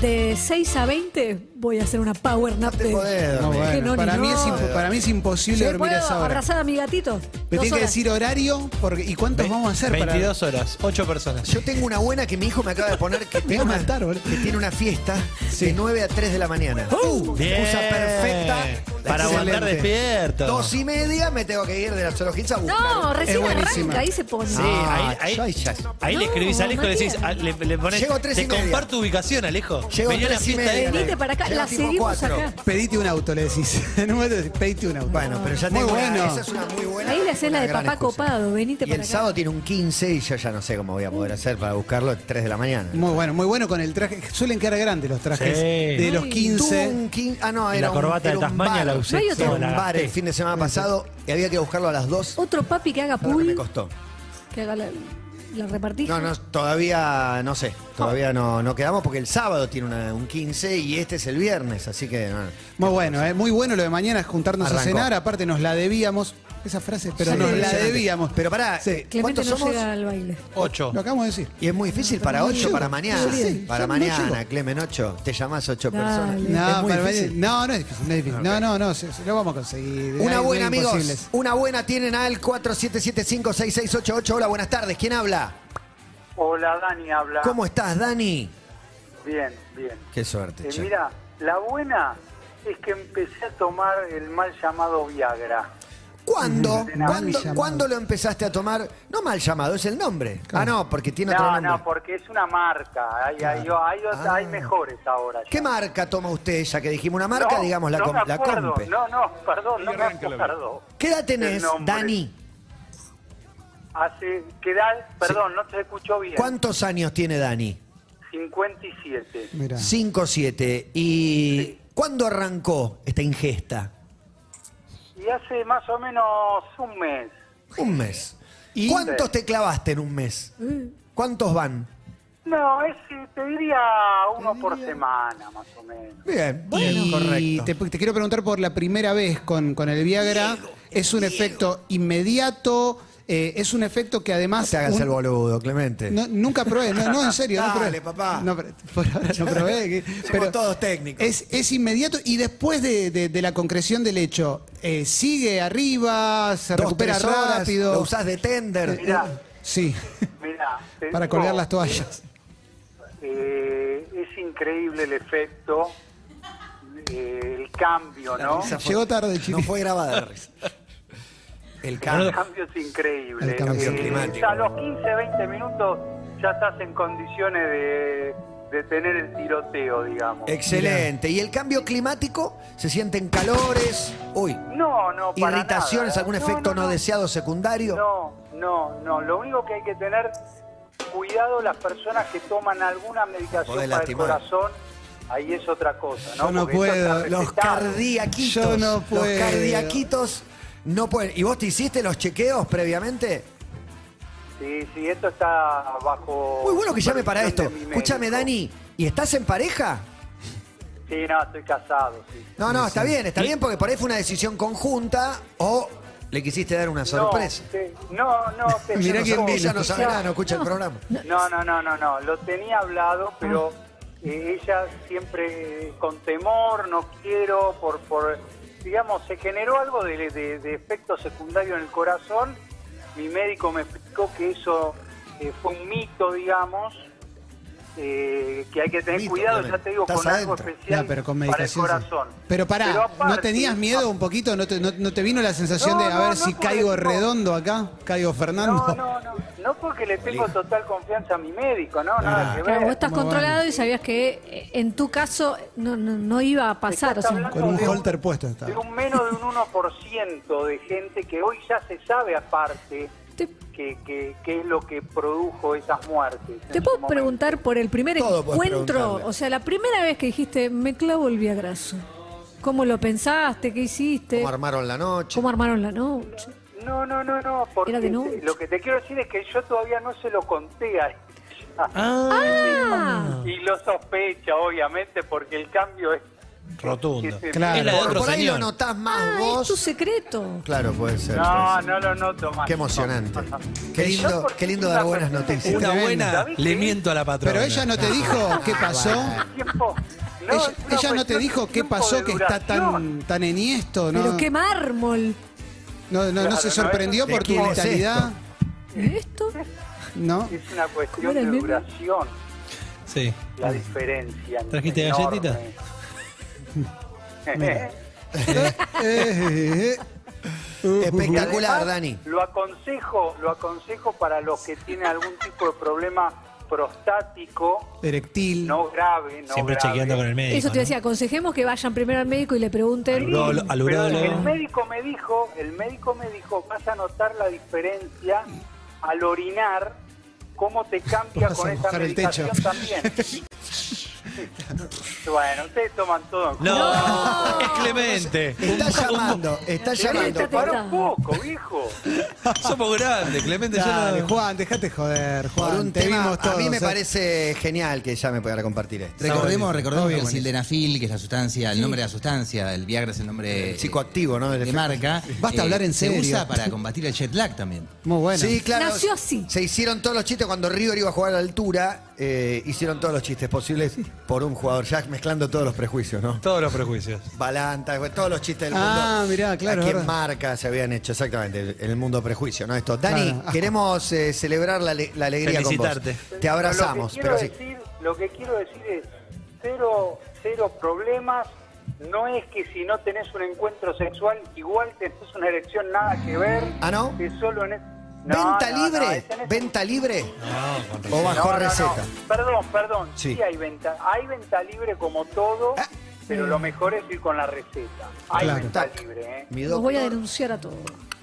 Speaker 6: De 6 a 20 voy a hacer una power nap
Speaker 3: Te
Speaker 6: de-
Speaker 3: podés
Speaker 4: No,
Speaker 3: dormir.
Speaker 6: Es que
Speaker 4: Eh, bueno,
Speaker 6: no, ni
Speaker 4: para, mí
Speaker 6: no.
Speaker 4: es impo- para mí es imposible
Speaker 6: ¿Se
Speaker 4: dormir
Speaker 6: puedo
Speaker 4: a esa hora.
Speaker 6: abrazar a mi gatito?
Speaker 4: Me
Speaker 6: Dos
Speaker 4: tiene que
Speaker 6: horas.
Speaker 4: decir horario porque, y cuántos vamos a hacer para-
Speaker 5: 22 horas, 8 personas.
Speaker 3: Yo tengo una buena que mi hijo me acaba de poner que,
Speaker 4: Me
Speaker 3: tiene,
Speaker 4: va a
Speaker 3: una,
Speaker 4: matar, boludo.
Speaker 3: que tiene una fiesta de 9 a 3 de la mañana.
Speaker 5: Uh, bien.
Speaker 3: Excusa perfecta.
Speaker 5: Para
Speaker 3: Excelente.
Speaker 5: aguantar despierto.
Speaker 3: Dos y media me tengo que ir de la solo hits a buscar.
Speaker 6: No, recién
Speaker 4: buenísima.
Speaker 6: arranca, ahí se pone.
Speaker 5: Sí,
Speaker 3: Ah,
Speaker 5: ahí,
Speaker 3: ya,
Speaker 5: ahí,
Speaker 3: ya.
Speaker 5: ahí le
Speaker 6: No,
Speaker 5: escribís a Alejo y le decís,
Speaker 6: Matías.
Speaker 5: a- le, le ponés,
Speaker 3: Llego tres y
Speaker 5: te
Speaker 3: media.
Speaker 5: comparto ubicación, Alejo.
Speaker 3: Llego
Speaker 5: Vení a la
Speaker 3: tres y
Speaker 5: fiesta
Speaker 3: media.
Speaker 5: de-
Speaker 6: Venite para acá,
Speaker 3: Llega
Speaker 6: la
Speaker 3: tipo
Speaker 6: seguimos
Speaker 3: cuatro.
Speaker 6: acá.
Speaker 4: Pedite un auto, le decís. En un momento decís, pedite un auto.
Speaker 3: Bueno, pero ya
Speaker 4: Muy
Speaker 3: tengo una-
Speaker 4: bueno.
Speaker 3: esa es una muy buena.
Speaker 6: Ahí le haces
Speaker 3: una
Speaker 6: la de
Speaker 3: gran
Speaker 6: papá
Speaker 3: excusa.
Speaker 6: copado, venite
Speaker 3: Y
Speaker 6: para
Speaker 3: el
Speaker 6: acá.
Speaker 3: sábado tiene un 15 y yo ya no sé cómo voy a poder hacer para buscarlo a 3 de la mañana.
Speaker 4: Muy bueno, muy bueno con el traje. Suelen quedar grandes los trajes.
Speaker 5: Sí.
Speaker 4: De los
Speaker 6: Ay.
Speaker 3: Tuvo
Speaker 4: 15.
Speaker 3: un quin- Ah, no,
Speaker 5: Y
Speaker 3: era
Speaker 5: la
Speaker 3: un-
Speaker 5: corbata
Speaker 3: era
Speaker 5: de
Speaker 3: un
Speaker 5: Tasmania
Speaker 3: bar.
Speaker 5: la
Speaker 6: No
Speaker 5: usé.
Speaker 6: hay
Speaker 5: toda,
Speaker 6: otro.
Speaker 3: Era un
Speaker 5: la
Speaker 3: bar el
Speaker 5: gasté.
Speaker 3: fin de semana pasado y había que buscarlo a las 2.
Speaker 6: Otro papi que haga
Speaker 3: Lo que me
Speaker 6: pool,
Speaker 3: costó.
Speaker 6: que haga la, la repartija.
Speaker 3: No, no, todavía no sé. Todavía no, no quedamos porque el sábado tiene una- un 15 y este es el viernes, así que. no, no.
Speaker 4: Muy bueno, eh, muy bueno lo de mañana es juntarnos
Speaker 3: Arrancó.
Speaker 4: a cenar. Aparte, nos la debíamos. Esa frase, pero
Speaker 3: Sí,
Speaker 4: nos la
Speaker 3: impresionante.
Speaker 4: debíamos.
Speaker 3: Pero pará,
Speaker 4: Sí.
Speaker 3: eh,
Speaker 6: Clemente
Speaker 3: ¿cuántos
Speaker 6: no
Speaker 3: somos?
Speaker 6: llega al baile.
Speaker 5: Ocho.
Speaker 4: Lo acabamos de decir.
Speaker 3: Y es muy difícil para 8,
Speaker 4: llego.
Speaker 3: para mañana.
Speaker 4: Sí, sí,
Speaker 3: para
Speaker 4: yo no
Speaker 3: mañana,
Speaker 4: llego.
Speaker 3: Clemen 8. Te llamás 8
Speaker 6: Dale.
Speaker 3: personas.
Speaker 4: No,
Speaker 3: es muy
Speaker 4: para-
Speaker 3: difícil. Ah,
Speaker 4: no, no es difícil. No, es difícil. no, no, no, se- se lo vamos a conseguir. Hay-
Speaker 3: Una
Speaker 4: no
Speaker 3: buena,
Speaker 4: hay
Speaker 3: amigos.
Speaker 4: imposibles.
Speaker 3: Una buena tienen al 47756688. Hola, buenas tardes. ¿Quién habla?
Speaker 8: Hola, Dani habla.
Speaker 3: ¿Cómo estás, Dani?
Speaker 8: Bien, bien.
Speaker 3: Qué suerte.
Speaker 8: Eh,
Speaker 3: che.
Speaker 8: mira, la buena es que empecé a tomar el mal llamado Viagra.
Speaker 3: ¿Cuándo,
Speaker 8: De nada.
Speaker 4: Mal
Speaker 3: ¿cuándo,
Speaker 4: llamado.
Speaker 3: cuándo lo empezaste a tomar? No mal llamado, es el nombre. Ah, no, porque tiene otro
Speaker 8: No,
Speaker 3: nombre.
Speaker 8: no, porque es una marca. Hay, hay, hay, ot-
Speaker 3: Ah.
Speaker 8: hay mejores ahora. ya.
Speaker 3: ¿Qué marca toma usted? Ya que dijimos una marca,
Speaker 8: No,
Speaker 3: digamos la,
Speaker 8: no
Speaker 3: com-
Speaker 8: me
Speaker 3: la
Speaker 8: acuerdo.
Speaker 3: compe.
Speaker 8: No, no, perdón, no me acuerdo.
Speaker 3: ¿Qué edad tenés,
Speaker 8: El nombre.
Speaker 3: Dani?
Speaker 8: Hace, ¿qué edad? Perdón, no se escuchó bien.
Speaker 3: ¿Cuántos años tiene Dani?
Speaker 8: 57.
Speaker 4: Mirá.
Speaker 3: 5, 7. ¿Y cuándo arrancó esta ingesta?
Speaker 8: Y hace más o menos un mes.
Speaker 3: Un mes. ¿Cuántos te clavaste en un mes?
Speaker 4: Mm.
Speaker 3: ¿Cuántos van?
Speaker 8: No, es, eh, te diría uno por semana, más o menos.
Speaker 3: Bien, bueno,
Speaker 4: Y
Speaker 3: correcto.
Speaker 4: te, te quiero preguntar por la primera vez con, con el Viagra. ¿Es un efecto inmediato? Eh, ¿Es un efecto que además...
Speaker 3: No te hagas
Speaker 4: un-
Speaker 3: el boludo, Clemente.
Speaker 4: No, nunca probé, no, no, en serio, no probé.
Speaker 3: Dale, papá.
Speaker 4: No, pero- por ahora no probé. que- pero
Speaker 3: todos técnicos.
Speaker 4: Es, es inmediato y después de, de- de la concreción del hecho, eh, sigue arriba, se
Speaker 3: Dos,
Speaker 4: recupera
Speaker 3: tres horas,
Speaker 4: rápido.
Speaker 3: Lo usás de tender.
Speaker 8: Mirá,
Speaker 4: eh, Sí,
Speaker 8: mirá. te
Speaker 4: para
Speaker 8: digo,
Speaker 4: colgar las toallas.
Speaker 8: eh, es increíble el efecto, eh, el cambio, ¿no?
Speaker 3: risa fue-
Speaker 4: eh, Llegó tarde, chico.
Speaker 3: No fue grabada la risa. El
Speaker 8: El
Speaker 3: cambio.
Speaker 8: cambio es increíble.
Speaker 4: El cambio
Speaker 8: Eh,
Speaker 3: climático.
Speaker 8: A los 15, 20 minutos ya estás en condiciones de, de tener el tiroteo, digamos.
Speaker 3: Excelente. ¿Y el cambio climático? ¿Se sienten calores? Uy.
Speaker 8: No, no, para
Speaker 3: ¿Irritaciones?
Speaker 8: nada.
Speaker 3: ¿Algún efecto no, deseado secundario?
Speaker 8: No, no, no. Lo único que hay que tener cuidado las personas que toman alguna medicación
Speaker 3: Podés
Speaker 8: para
Speaker 3: lastimar.
Speaker 8: el corazón. Ahí es otra cosa, ¿no?
Speaker 4: Yo no
Speaker 8: Porque eso está
Speaker 4: puedo.
Speaker 3: Los
Speaker 8: recetado.
Speaker 3: cardiaquitos.
Speaker 4: Yo no puedo.
Speaker 3: Los cardiaquitos no pueden. ¿Y vos te hiciste los chequeos previamente?
Speaker 8: Sí, sí, esto está bajo.
Speaker 3: Muy bueno que llame para esto.
Speaker 8: supervisión de mi médico.
Speaker 3: Escúchame, Dani. ¿Y estás en pareja?
Speaker 12: Sí, no, estoy casado, sí.
Speaker 3: No, no, está bien, está bien porque por ahí fue una decisión conjunta o le quisiste dar una sorpresa.
Speaker 12: No, sí, no, no. sí, yo
Speaker 3: Mirá
Speaker 12: no
Speaker 3: quién
Speaker 12: sé.
Speaker 3: vino, no sabrá, no escucha el programa.
Speaker 12: No, no, no, no, no. Lo tenía hablado, pero eh, ella siempre eh, con temor, no quiero, por, por digamos, se generó algo de, de- de efecto secundario en el corazón. Mi médico me explicó que eso eh, fue un mito, digamos, eh, que hay que tener
Speaker 3: Mito,
Speaker 12: cuidado,
Speaker 3: obviamente.
Speaker 12: ya te digo,
Speaker 3: Estás
Speaker 12: con algo
Speaker 3: adentro.
Speaker 12: especial
Speaker 4: Ya, pero con
Speaker 12: para el
Speaker 4: medicación. sí.
Speaker 12: corazón.
Speaker 4: Pero pará,
Speaker 12: Pero
Speaker 4: ¿no
Speaker 12: aparte-
Speaker 4: tenías miedo un poquito? ¿No te, no- no te vino la sensación
Speaker 12: No,
Speaker 4: de a
Speaker 12: no,
Speaker 4: ver
Speaker 12: no,
Speaker 4: si
Speaker 12: porque
Speaker 4: caigo
Speaker 12: no.
Speaker 4: redondo acá? ¿Caigo Fernando?
Speaker 12: No, no, no, no porque le tengo total confianza a mi médico, no, nada que ver.
Speaker 6: Claro, vos estás controlado y sabías que eh, en tu caso no, no, no iba a pasar. O sea,
Speaker 4: Con un holter puesto
Speaker 12: de
Speaker 4: estaba.
Speaker 12: un menos de un 1% de gente que hoy ya se sabe aparte que, que, que es lo que produjo esas muertes. en
Speaker 6: Te
Speaker 12: su
Speaker 6: puedo
Speaker 12: momento.
Speaker 6: preguntar por el primer
Speaker 12: Todo podés
Speaker 6: encuentro,
Speaker 12: preguntarle.
Speaker 6: o sea, la primera vez que dijiste, me clavo el viagrazo. ¿Cómo lo pensaste? ¿Qué hiciste?
Speaker 3: ¿Cómo armaron la noche?
Speaker 6: ¿Cómo armaron la noche?
Speaker 12: No, no, no, no, porque
Speaker 6: Era de noche.
Speaker 12: te- lo que te quiero decir es que yo todavía no se lo conté a ella.
Speaker 6: Ah.
Speaker 12: Y lo sospecha, obviamente, porque el cambio es...
Speaker 5: Rotundo.
Speaker 12: es-
Speaker 5: Es la de otro
Speaker 3: por ahí
Speaker 5: señor.
Speaker 3: lo notás más
Speaker 6: Ah,
Speaker 3: vos.
Speaker 6: es tu secreto.
Speaker 3: Claro, puede ser.
Speaker 12: No,
Speaker 3: puede ser.
Speaker 12: no lo noto más.
Speaker 3: Qué emocionante. Qué
Speaker 12: Yo
Speaker 3: lindo,
Speaker 12: porque
Speaker 3: qué lindo
Speaker 12: soy
Speaker 3: dar
Speaker 12: una
Speaker 3: buenas
Speaker 12: persona
Speaker 3: noticias.
Speaker 5: Una buena, le miento a la patrona.
Speaker 4: Pero ella no te dijo qué pasó.
Speaker 12: Ah, Tiempo- no,
Speaker 4: Ella,
Speaker 12: es una
Speaker 4: ella no te
Speaker 12: cuestión
Speaker 4: dijo
Speaker 12: de
Speaker 4: qué
Speaker 12: tiempo
Speaker 4: pasó
Speaker 12: de
Speaker 4: que está tan,
Speaker 12: duración.
Speaker 4: tan enhiesto, ¿no?
Speaker 3: Ah.
Speaker 6: Pero qué mármol.
Speaker 4: No, no, no
Speaker 12: Claro,
Speaker 4: se
Speaker 12: no,
Speaker 4: sorprendió
Speaker 12: eso-
Speaker 4: por
Speaker 12: ¿De
Speaker 4: tu
Speaker 12: quién es
Speaker 4: vitalidad,
Speaker 6: ¿Y esto?
Speaker 4: ¿no?
Speaker 12: Es una
Speaker 6: ¿Cómo
Speaker 12: cuestión
Speaker 6: era
Speaker 12: de
Speaker 6: el meme?
Speaker 12: duración,
Speaker 5: Sí.
Speaker 12: la diferencia.
Speaker 5: ¿Trajiste
Speaker 12: enorme.
Speaker 5: galletitas?
Speaker 12: Eh,
Speaker 4: Eh, eh, eh.
Speaker 3: Espectacular,
Speaker 12: además,
Speaker 3: Dani.
Speaker 12: Lo aconsejo, lo aconsejo para los que tienen algún tipo de problema prostático,
Speaker 4: Erectil.
Speaker 12: no grave, no
Speaker 5: Siempre
Speaker 12: grave.
Speaker 5: chequeando con el médico.
Speaker 6: Eso te decía, aconsejemos que vayan primero al médico y le pregunten.
Speaker 5: Al urólogo- al
Speaker 12: Pero
Speaker 5: urólogo.
Speaker 12: el médico me dijo, el médico me dijo, vas a notar la diferencia al orinar, cómo te cambia
Speaker 4: Vas a
Speaker 12: con esta
Speaker 4: mojar el techo.
Speaker 12: medicación también. bueno, ustedes toman todo. en
Speaker 5: No,
Speaker 12: cuenta.
Speaker 5: es Clemente.
Speaker 3: Está llamando, está llamando.
Speaker 12: Para un poco, viejo.
Speaker 5: Somos grandes, Clemente. ya
Speaker 4: Dale,
Speaker 5: no-
Speaker 4: Juan, dejate joder, Juan.
Speaker 3: Por un
Speaker 4: te
Speaker 3: tema,
Speaker 4: vimos
Speaker 3: a mí
Speaker 4: todos,
Speaker 3: me
Speaker 4: ¿eh?
Speaker 3: parece genial que ella me pudiera compartir esto.
Speaker 2: Recordemos, recordemos que el
Speaker 4: buenísimo.
Speaker 2: sildenafil, que es la sustancia, el nombre de la sustancia, el Viagra es el nombre
Speaker 3: El psicoactivo, ¿no?
Speaker 2: eh, de marca.
Speaker 4: Basta hablar en
Speaker 2: Se
Speaker 4: serio.
Speaker 2: usa para combatir el jet lag también.
Speaker 4: Muy bueno.
Speaker 3: Sí, claro.
Speaker 6: Nació así.
Speaker 3: Se hicieron todos los chistes cuando River iba a jugar a la altura, eh, hicieron todos los chistes posibles por un jugador, ya mezclando todos los prejuicios, ¿no?
Speaker 5: Todos los prejuicios.
Speaker 3: Balanta, güey, todos los chistes del mundo.
Speaker 4: Ah, mirá, claro,
Speaker 3: ¿A quién
Speaker 4: verdad.
Speaker 3: marca se habían hecho? Exactamente, en el mundo prejuicio, ¿no? Esto. Dani,
Speaker 4: Claro.
Speaker 3: queremos eh, celebrar la, ale- la alegría con vos.
Speaker 5: Felicitarte.
Speaker 3: Te abrazamos,
Speaker 12: Pero
Speaker 3: pero
Speaker 12: lo,
Speaker 3: sí.
Speaker 12: que quiero decir, lo que quiero decir es cero, cero problemas. No es que si no tenés un encuentro sexual, igual tenés una erección nada que ver.
Speaker 3: Ah, ¿no?
Speaker 12: Que solo en este es- No,
Speaker 3: ¿Venta
Speaker 12: no, no,
Speaker 3: libre?
Speaker 12: es en es-
Speaker 3: ¿Venta libre?
Speaker 5: No, con
Speaker 3: ¿O
Speaker 12: No,
Speaker 3: bajo
Speaker 12: no, no.
Speaker 3: receta?
Speaker 12: Perdón, perdón.
Speaker 3: Sí.
Speaker 12: Sí. hay venta. Hay venta libre como todo, pero lo mejor es ir con la receta. Hay
Speaker 4: Claro.
Speaker 12: venta libre, ¿eh?
Speaker 3: Mi
Speaker 6: Los voy a
Speaker 3: doctor-
Speaker 6: denunciar a todos.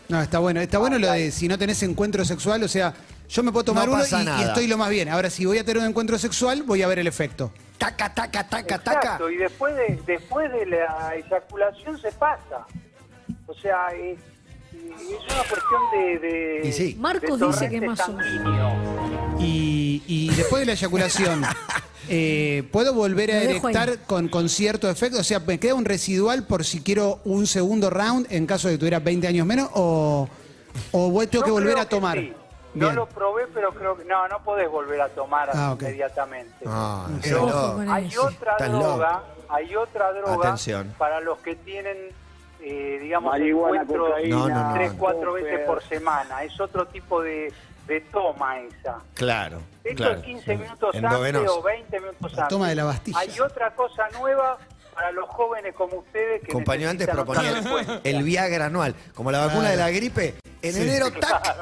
Speaker 4: No, está bueno. Está bueno lo de si no tenés encuentro sexual, o sea, yo me puedo tomar
Speaker 3: No
Speaker 4: uno
Speaker 3: pasa
Speaker 4: y- y,
Speaker 3: nada.
Speaker 4: estoy lo más bien. Ahora, si voy a tener un encuentro sexual, voy a ver el efecto.
Speaker 3: Taca, taca, taca, taca.
Speaker 12: Exacto, y después de, después de la eyaculación se pasa. O sea, es, es una cuestión de... de-
Speaker 3: Y sí.
Speaker 12: de
Speaker 6: Marcos dice que
Speaker 12: torrente
Speaker 6: más o menos.
Speaker 12: sanguíneo.
Speaker 4: Y, y después de la eyaculación, eh, ¿puedo volver a
Speaker 6: Lo dejo ahí.
Speaker 4: erectar con, con cierto efecto? O sea, ¿me queda un residual por si quiero un segundo round en caso de que tuviera 20 años menos? ¿O, o voy- tengo
Speaker 12: Yo
Speaker 4: que volver
Speaker 12: creo
Speaker 4: a tomar?
Speaker 12: sí. No
Speaker 4: Bien.
Speaker 12: lo probé, pero creo que... No, no podés volver a tomar
Speaker 4: Ah, ok.
Speaker 12: inmediatamente.
Speaker 3: Ah,
Speaker 12: Pero
Speaker 3: no.
Speaker 6: Ojo con
Speaker 12: hay
Speaker 6: eso.
Speaker 12: otra
Speaker 3: Estás
Speaker 12: droga, hay otra droga
Speaker 3: Atención.
Speaker 12: para los que tienen, eh, digamos,
Speaker 8: Marihuana,
Speaker 12: encuentros
Speaker 8: cocaína,
Speaker 3: No, no, no,
Speaker 12: tres,
Speaker 3: no.
Speaker 12: cuatro veces por semana. Es otro tipo de, de toma esa.
Speaker 3: Claro.
Speaker 12: Esto
Speaker 3: claro.
Speaker 12: es 15 minutos antes
Speaker 3: Endovenoso.
Speaker 12: o 20 minutos
Speaker 4: La
Speaker 12: antes.
Speaker 4: toma de la Bastilla.
Speaker 12: Hay otra cosa nueva para los jóvenes como ustedes que
Speaker 3: Compañero, antes
Speaker 12: necesitan
Speaker 3: proponía
Speaker 12: otro encuentro.
Speaker 3: el Viagra anual, como la vacuna de la gripe. En enero, tac.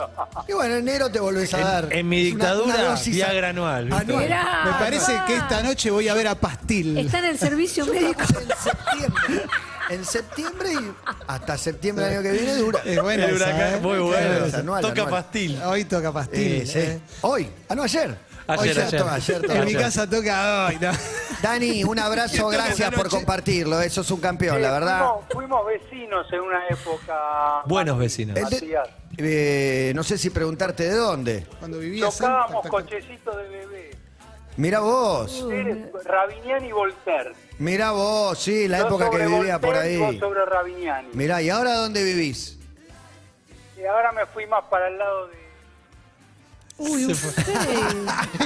Speaker 3: Y bueno, en enero te volvés a
Speaker 5: En-
Speaker 3: dar.
Speaker 5: en mi
Speaker 3: Es una- una
Speaker 5: dictadura,
Speaker 3: dosis
Speaker 5: Viagra anual, ¿viste?
Speaker 3: anual.
Speaker 6: Mirá,
Speaker 4: Me parece
Speaker 6: papá.
Speaker 4: que esta noche voy a ver a Pastil.
Speaker 6: Está en el servicio médico. Ah,
Speaker 3: En septiembre. En septiembre y hasta septiembre del año que viene dura.
Speaker 4: Es buena
Speaker 5: El
Speaker 4: esa,
Speaker 5: huracán,
Speaker 4: ¿eh?
Speaker 5: muy
Speaker 3: Claro,
Speaker 5: bueno.
Speaker 3: es anual,
Speaker 5: Toca
Speaker 3: anual.
Speaker 5: pastil.
Speaker 4: Hoy toca Pastil.
Speaker 3: Eh, sí.
Speaker 4: ¿eh?
Speaker 3: Hoy. Ah, no, ayer.
Speaker 5: Ayer,
Speaker 3: Hoy
Speaker 5: ayer.
Speaker 3: toca, ayer toca.
Speaker 4: En mi casa toca hoy. ¿no?
Speaker 3: Dani, un abrazo, gracias por compartirlo. Eso es un campeón, la
Speaker 12: Eh,
Speaker 3: verdad.
Speaker 12: Fuimos, fuimos vecinos en una época.
Speaker 5: Buenos vecinos.
Speaker 3: Eh, de-
Speaker 12: Matías.
Speaker 3: eh, no sé si preguntarte de dónde.
Speaker 4: Cuando vivía
Speaker 12: Tocábamos cochecitos de bebé.
Speaker 3: Mira vos.
Speaker 12: Eres Rabinian y Voltaire.
Speaker 3: Mirá vos, sí, la
Speaker 12: Yo
Speaker 3: época que
Speaker 12: sobre
Speaker 3: vivía por
Speaker 12: Voltaire,
Speaker 3: ahí.
Speaker 12: vos sobre Ravignani.
Speaker 3: Mirá, ¿y ahora dónde vivís?
Speaker 12: Y Eh, ahora me fui más para el lado de...
Speaker 6: Uy, usted.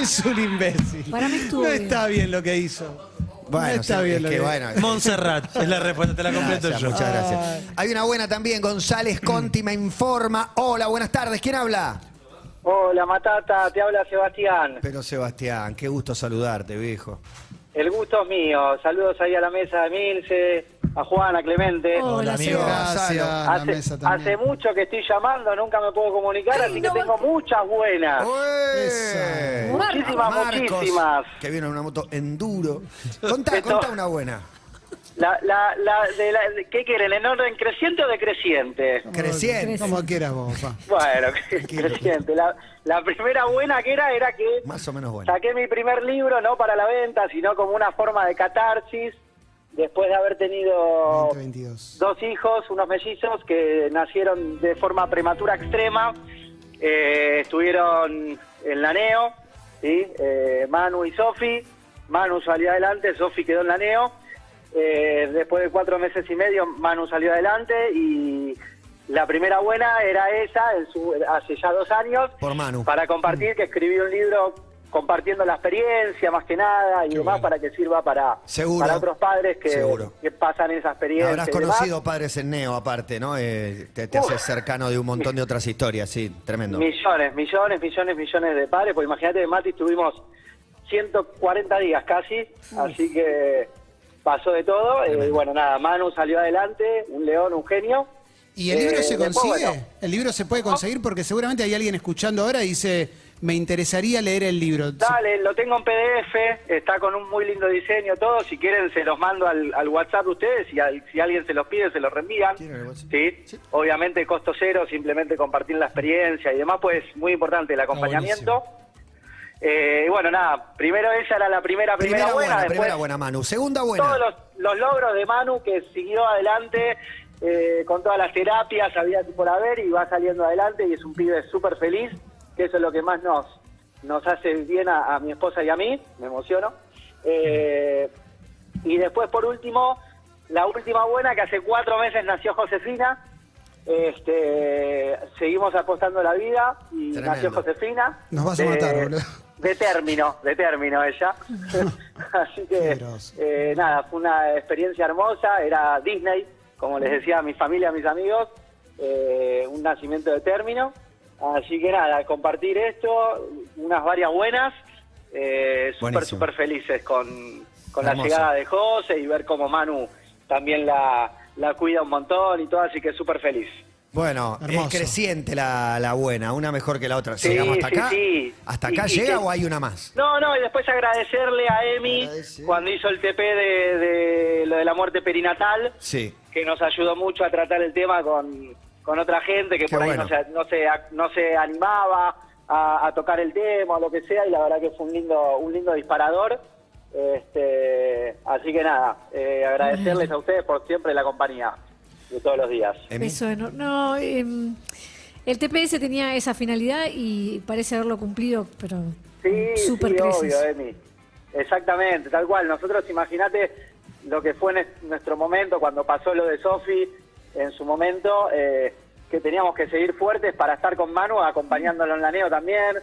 Speaker 4: es un imbécil.
Speaker 6: Para mí estuvo
Speaker 4: no
Speaker 6: bien.
Speaker 4: está bien lo que hizo.
Speaker 3: Bueno,
Speaker 4: no está
Speaker 3: sí,
Speaker 4: bien
Speaker 3: es
Speaker 4: lo
Speaker 3: que
Speaker 4: que
Speaker 3: bueno. eh.
Speaker 5: Montserrat es la respuesta, te la completo
Speaker 3: Gracias,
Speaker 5: yo.
Speaker 3: Muchas gracias. Hay una buena también, González Conti me informa. Hola, buenas tardes, ¿quién habla?
Speaker 13: Hola Matata, te habla Sebastián.
Speaker 3: Pero Sebastián, qué gusto saludarte, viejo.
Speaker 13: El gusto es mío. Saludos ahí a la mesa de Milce, a Juan, a Clemente.
Speaker 4: Hola, amigo. Gracias, a la
Speaker 13: Hace,
Speaker 4: mesa también.
Speaker 13: hace mucho que estoy llamando, nunca me puedo comunicar, así que tengo muchas buenas.
Speaker 3: ¡Eh!
Speaker 13: Muchísimas, muchísimas.
Speaker 3: Que viene en una moto enduro. Contá,
Speaker 13: Esto-
Speaker 3: contá una buena.
Speaker 13: La, la, la, de la- de- ¿Qué quieren? ¿En orden creciente o decreciente?
Speaker 3: Creciente.
Speaker 4: Como quieras vos, papá.
Speaker 13: Bueno, creciente. La, la primera buena que era era que
Speaker 3: Más o menos buena.
Speaker 13: Saqué mi primer libro, no para la venta, sino como una forma de catarsis, después de haber tenido
Speaker 4: 22.
Speaker 13: dos hijos, unos mellizos, que nacieron de forma prematura extrema, eh, estuvieron en la NEO, ¿sí? Eh, Manu y Sofi, Manu salió adelante, Sofi quedó en la NEO, Eh, después de cuatro meses y medio Manu salió adelante y la primera buena era esa, en su- hace ya dos años,
Speaker 3: Por Manu.
Speaker 13: para compartir, que escribí un libro compartiendo la experiencia más que nada y demás para que sirva para,
Speaker 3: Seguro.
Speaker 13: para otros padres que,
Speaker 3: Seguro.
Speaker 13: que pasan esa experiencia.
Speaker 3: Habrás
Speaker 13: y demás.
Speaker 3: conocido padres en Neo, aparte, ¿no? Eh, te te
Speaker 13: Uf.
Speaker 3: haces cercano de un montón de otras historias, sí, tremendo.
Speaker 13: Millones, millones, millones, millones de padres, pues imagínate, Mati, estuvimos 140 días casi, así que pasó de todo. eh, y bueno, nada, Manu salió adelante, un león, un genio.
Speaker 4: ¿Y el
Speaker 13: Eh,
Speaker 4: libro se
Speaker 13: después,
Speaker 4: consigue?
Speaker 13: bueno,
Speaker 4: ¿El libro se puede conseguir? Porque seguramente hay alguien escuchando ahora y dice, me interesaría leer el libro.
Speaker 13: Dale, lo tengo en PDF, está con un muy lindo diseño todo, si quieren se los mando al, al WhatsApp de ustedes y al- si alguien se los pide se los reenvían. ¿sí? Obviamente costo cero, simplemente compartir la experiencia y demás, pues muy importante el
Speaker 3: Ah,
Speaker 13: acompañamiento. Eh, y bueno, nada, primero esa era la primera, primera,
Speaker 3: Primera buena,
Speaker 13: después
Speaker 3: primera buena, Manu. Segunda buena.
Speaker 13: todos los, los logros de Manu que siguió adelante eh, con todas las terapias, había por haber y va saliendo adelante y es un pibe súper feliz, que eso es lo que más nos, nos hace bien a, a mi esposa y a mí, me emociono. Eh, y después, por último, la última buena, que hace cuatro meses nació Josefina. Este, seguimos apostando la vida y
Speaker 4: Tremendo.
Speaker 13: nació Josefina. Eh,
Speaker 4: Nos vas a
Speaker 13: De-
Speaker 4: matar,
Speaker 6: Eh,
Speaker 4: boludo.
Speaker 13: de término, de término ella. Así que, eh, nada, fue una experiencia hermosa. Era Disney, como les decía a mi familia, a mis amigos. eh, un nacimiento de término. Así que nada, compartir esto, unas varias buenas. eh, súper,
Speaker 3: Buenísimo.
Speaker 13: súper felices con, con la
Speaker 3: Hermoso.
Speaker 13: llegada de José y ver cómo Manu también la, la cuida un montón y todo. Así que súper feliz.
Speaker 3: Bueno,
Speaker 4: Hermoso.
Speaker 3: es creciente la, la buena, una mejor que la otra.
Speaker 13: Sí,
Speaker 3: ¿Llegamos hasta
Speaker 13: sí,
Speaker 3: acá?
Speaker 13: sí.
Speaker 3: ¿Hasta
Speaker 13: Y-
Speaker 3: acá
Speaker 13: y
Speaker 3: llega
Speaker 13: que-
Speaker 3: o hay una más?
Speaker 13: No, no, y después agradecerle a Emi cuando hizo el TP de, de lo de la muerte perinatal,
Speaker 3: Sí.
Speaker 13: que nos ayudó mucho a tratar el tema con, con otra gente que
Speaker 3: Qué
Speaker 13: por ahí
Speaker 3: bueno.
Speaker 13: no, se, no, se, no se animaba a, a tocar el tema o lo que sea, y la verdad que fue un lindo, un lindo disparador. Este, así que nada, eh, agradecerles a ustedes por siempre la compañía de todos los días.
Speaker 3: Emi.
Speaker 6: Eso es no, no, em, el TPS tenía esa finalidad y parece haberlo cumplido, pero
Speaker 13: Sí,
Speaker 6: Super
Speaker 13: sí,
Speaker 6: creces.
Speaker 13: obvio, Emi. Exactamente, tal cual. Nosotros, imagínate lo que fue nes- nuestro momento cuando pasó lo de Sofi en su momento, eh, que teníamos que seguir fuertes para estar con Manu, acompañándolo en la NEO también.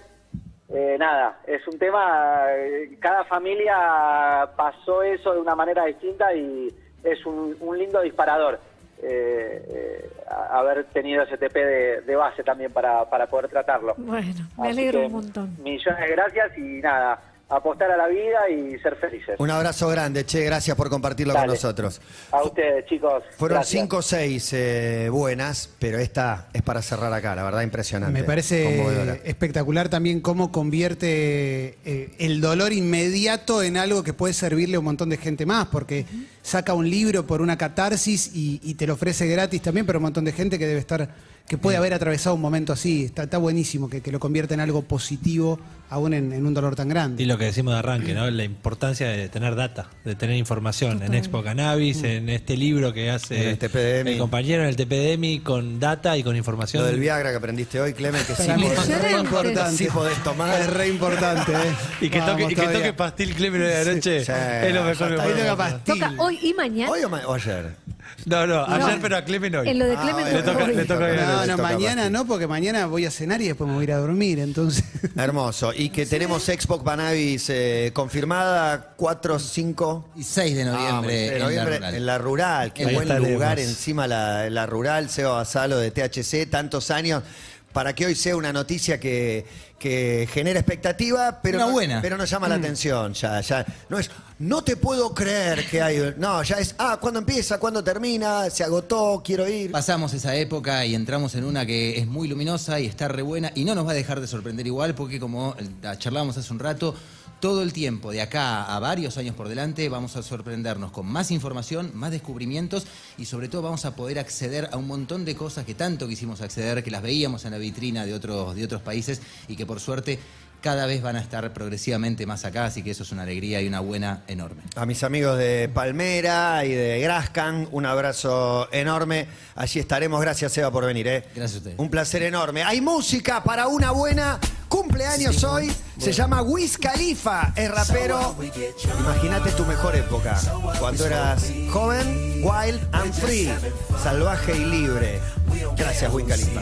Speaker 13: Eh, nada, es un tema, eh, cada familia pasó eso de una manera distinta y es un, un lindo disparador eh, eh, a- haber tenido ese TP de, de base también para, para poder tratarlo.
Speaker 6: bueno, me
Speaker 13: Así
Speaker 6: alegro
Speaker 13: que
Speaker 6: un montón.
Speaker 13: Millones de gracias y nada, apostar a la vida y ser felices.
Speaker 3: Un abrazo grande, che, gracias por compartirlo con
Speaker 13: Dale.
Speaker 3: nosotros.
Speaker 13: A ustedes, chicos.
Speaker 3: Fueron
Speaker 13: gracias.
Speaker 3: cinco o seis eh, buenas, pero esta es para cerrar acá, la verdad, impresionante.
Speaker 4: Me parece
Speaker 3: Conmovedora.
Speaker 4: espectacular también cómo convierte eh, el dolor inmediato en algo que puede servirle a un montón de gente más, porque saca un libro por una catarsis y, y te lo ofrece gratis también, pero un montón de gente que debe estar que puede haber atravesado un momento así. Está, está buenísimo que, que lo convierta en algo positivo, aún en, en un dolor tan grande.
Speaker 5: Y lo que decimos de arranque, ¿no? La importancia de tener data, de tener información en Expo Cannabis, en este libro que hace
Speaker 3: En el TPDMI.
Speaker 5: mi compañero en el TPDMI con data y con información.
Speaker 3: Lo del Viagra que aprendiste hoy, Clemen, que sí
Speaker 4: Para mí es
Speaker 3: podés,
Speaker 4: re importante.
Speaker 3: sí podés tomar.
Speaker 4: Es re importante, ¿eh?
Speaker 5: Y que toque,
Speaker 4: Vamos
Speaker 5: y que
Speaker 4: todavía.
Speaker 5: toque pastil Clemen hoy de la noche.
Speaker 3: Sí,
Speaker 5: es lo mejor que
Speaker 3: hasta ahí
Speaker 5: podemos
Speaker 3: toca
Speaker 5: hacer.
Speaker 3: pastil.
Speaker 6: Toca hoy y mañana.
Speaker 3: ¿Hoy o, ma- o ayer?
Speaker 5: No, no, ayer,
Speaker 6: No.
Speaker 5: pero a Clemen hoy.
Speaker 6: En lo de
Speaker 3: Ah,
Speaker 6: Clemen
Speaker 5: le toca,
Speaker 6: hoy.
Speaker 5: le toca hoy a la
Speaker 4: No,
Speaker 5: noche.
Speaker 4: no,
Speaker 3: toca
Speaker 4: mañana
Speaker 3: pastil.
Speaker 4: no, porque mañana voy a cenar y después me voy a ir a dormir, entonces.
Speaker 3: Hermoso. Y que tenemos Expo Cannabis eh, confirmada 4, 5...
Speaker 2: Y 6 de
Speaker 3: Ah, bueno,
Speaker 2: noviembre,
Speaker 3: de noviembre
Speaker 2: en la rural.
Speaker 3: en la rural. Qué
Speaker 5: Ahí
Speaker 3: buen
Speaker 5: estaremos.
Speaker 3: lugar encima la, la rural, Seba Basalo de THC, tantos años. Para que hoy sea una noticia que, que genera expectativa, pero,
Speaker 2: Una
Speaker 3: no-
Speaker 2: buena. Mm.
Speaker 3: pero no llama la atención ya, ya. No es, no te puedo creer que hay. No, ya es, ah, ¿cuándo empieza? ¿Cuándo termina? ¿Se agotó? ¿Quiero ir?
Speaker 2: Pasamos esa época y entramos en una que es muy luminosa y está re buena y no nos va a dejar de sorprender igual porque como eh, charlábamos hace un rato, todo el tiempo, de acá a varios años por delante, vamos a sorprendernos con más información, más descubrimientos y sobre todo vamos a poder acceder a un montón de cosas que tanto quisimos acceder, que las veíamos en la vitrina de otros, de otros países y que por suerte cada vez van a estar progresivamente más acá, así que eso es una alegría y una buena enorme.
Speaker 3: A mis amigos de Palmera y de Grascan, un abrazo enorme. Allí estaremos. Gracias, Seba, por venir. ¿eh?
Speaker 2: Gracias a ustedes.
Speaker 3: Un placer enorme. Hay música para una buena cumpleaños hoy. Se llama Wiz Khalifa, es rapero. Imagínate tu mejor época. Cuando eras joven, wild and free, salvaje y libre. Gracias, Wiz Khalifa.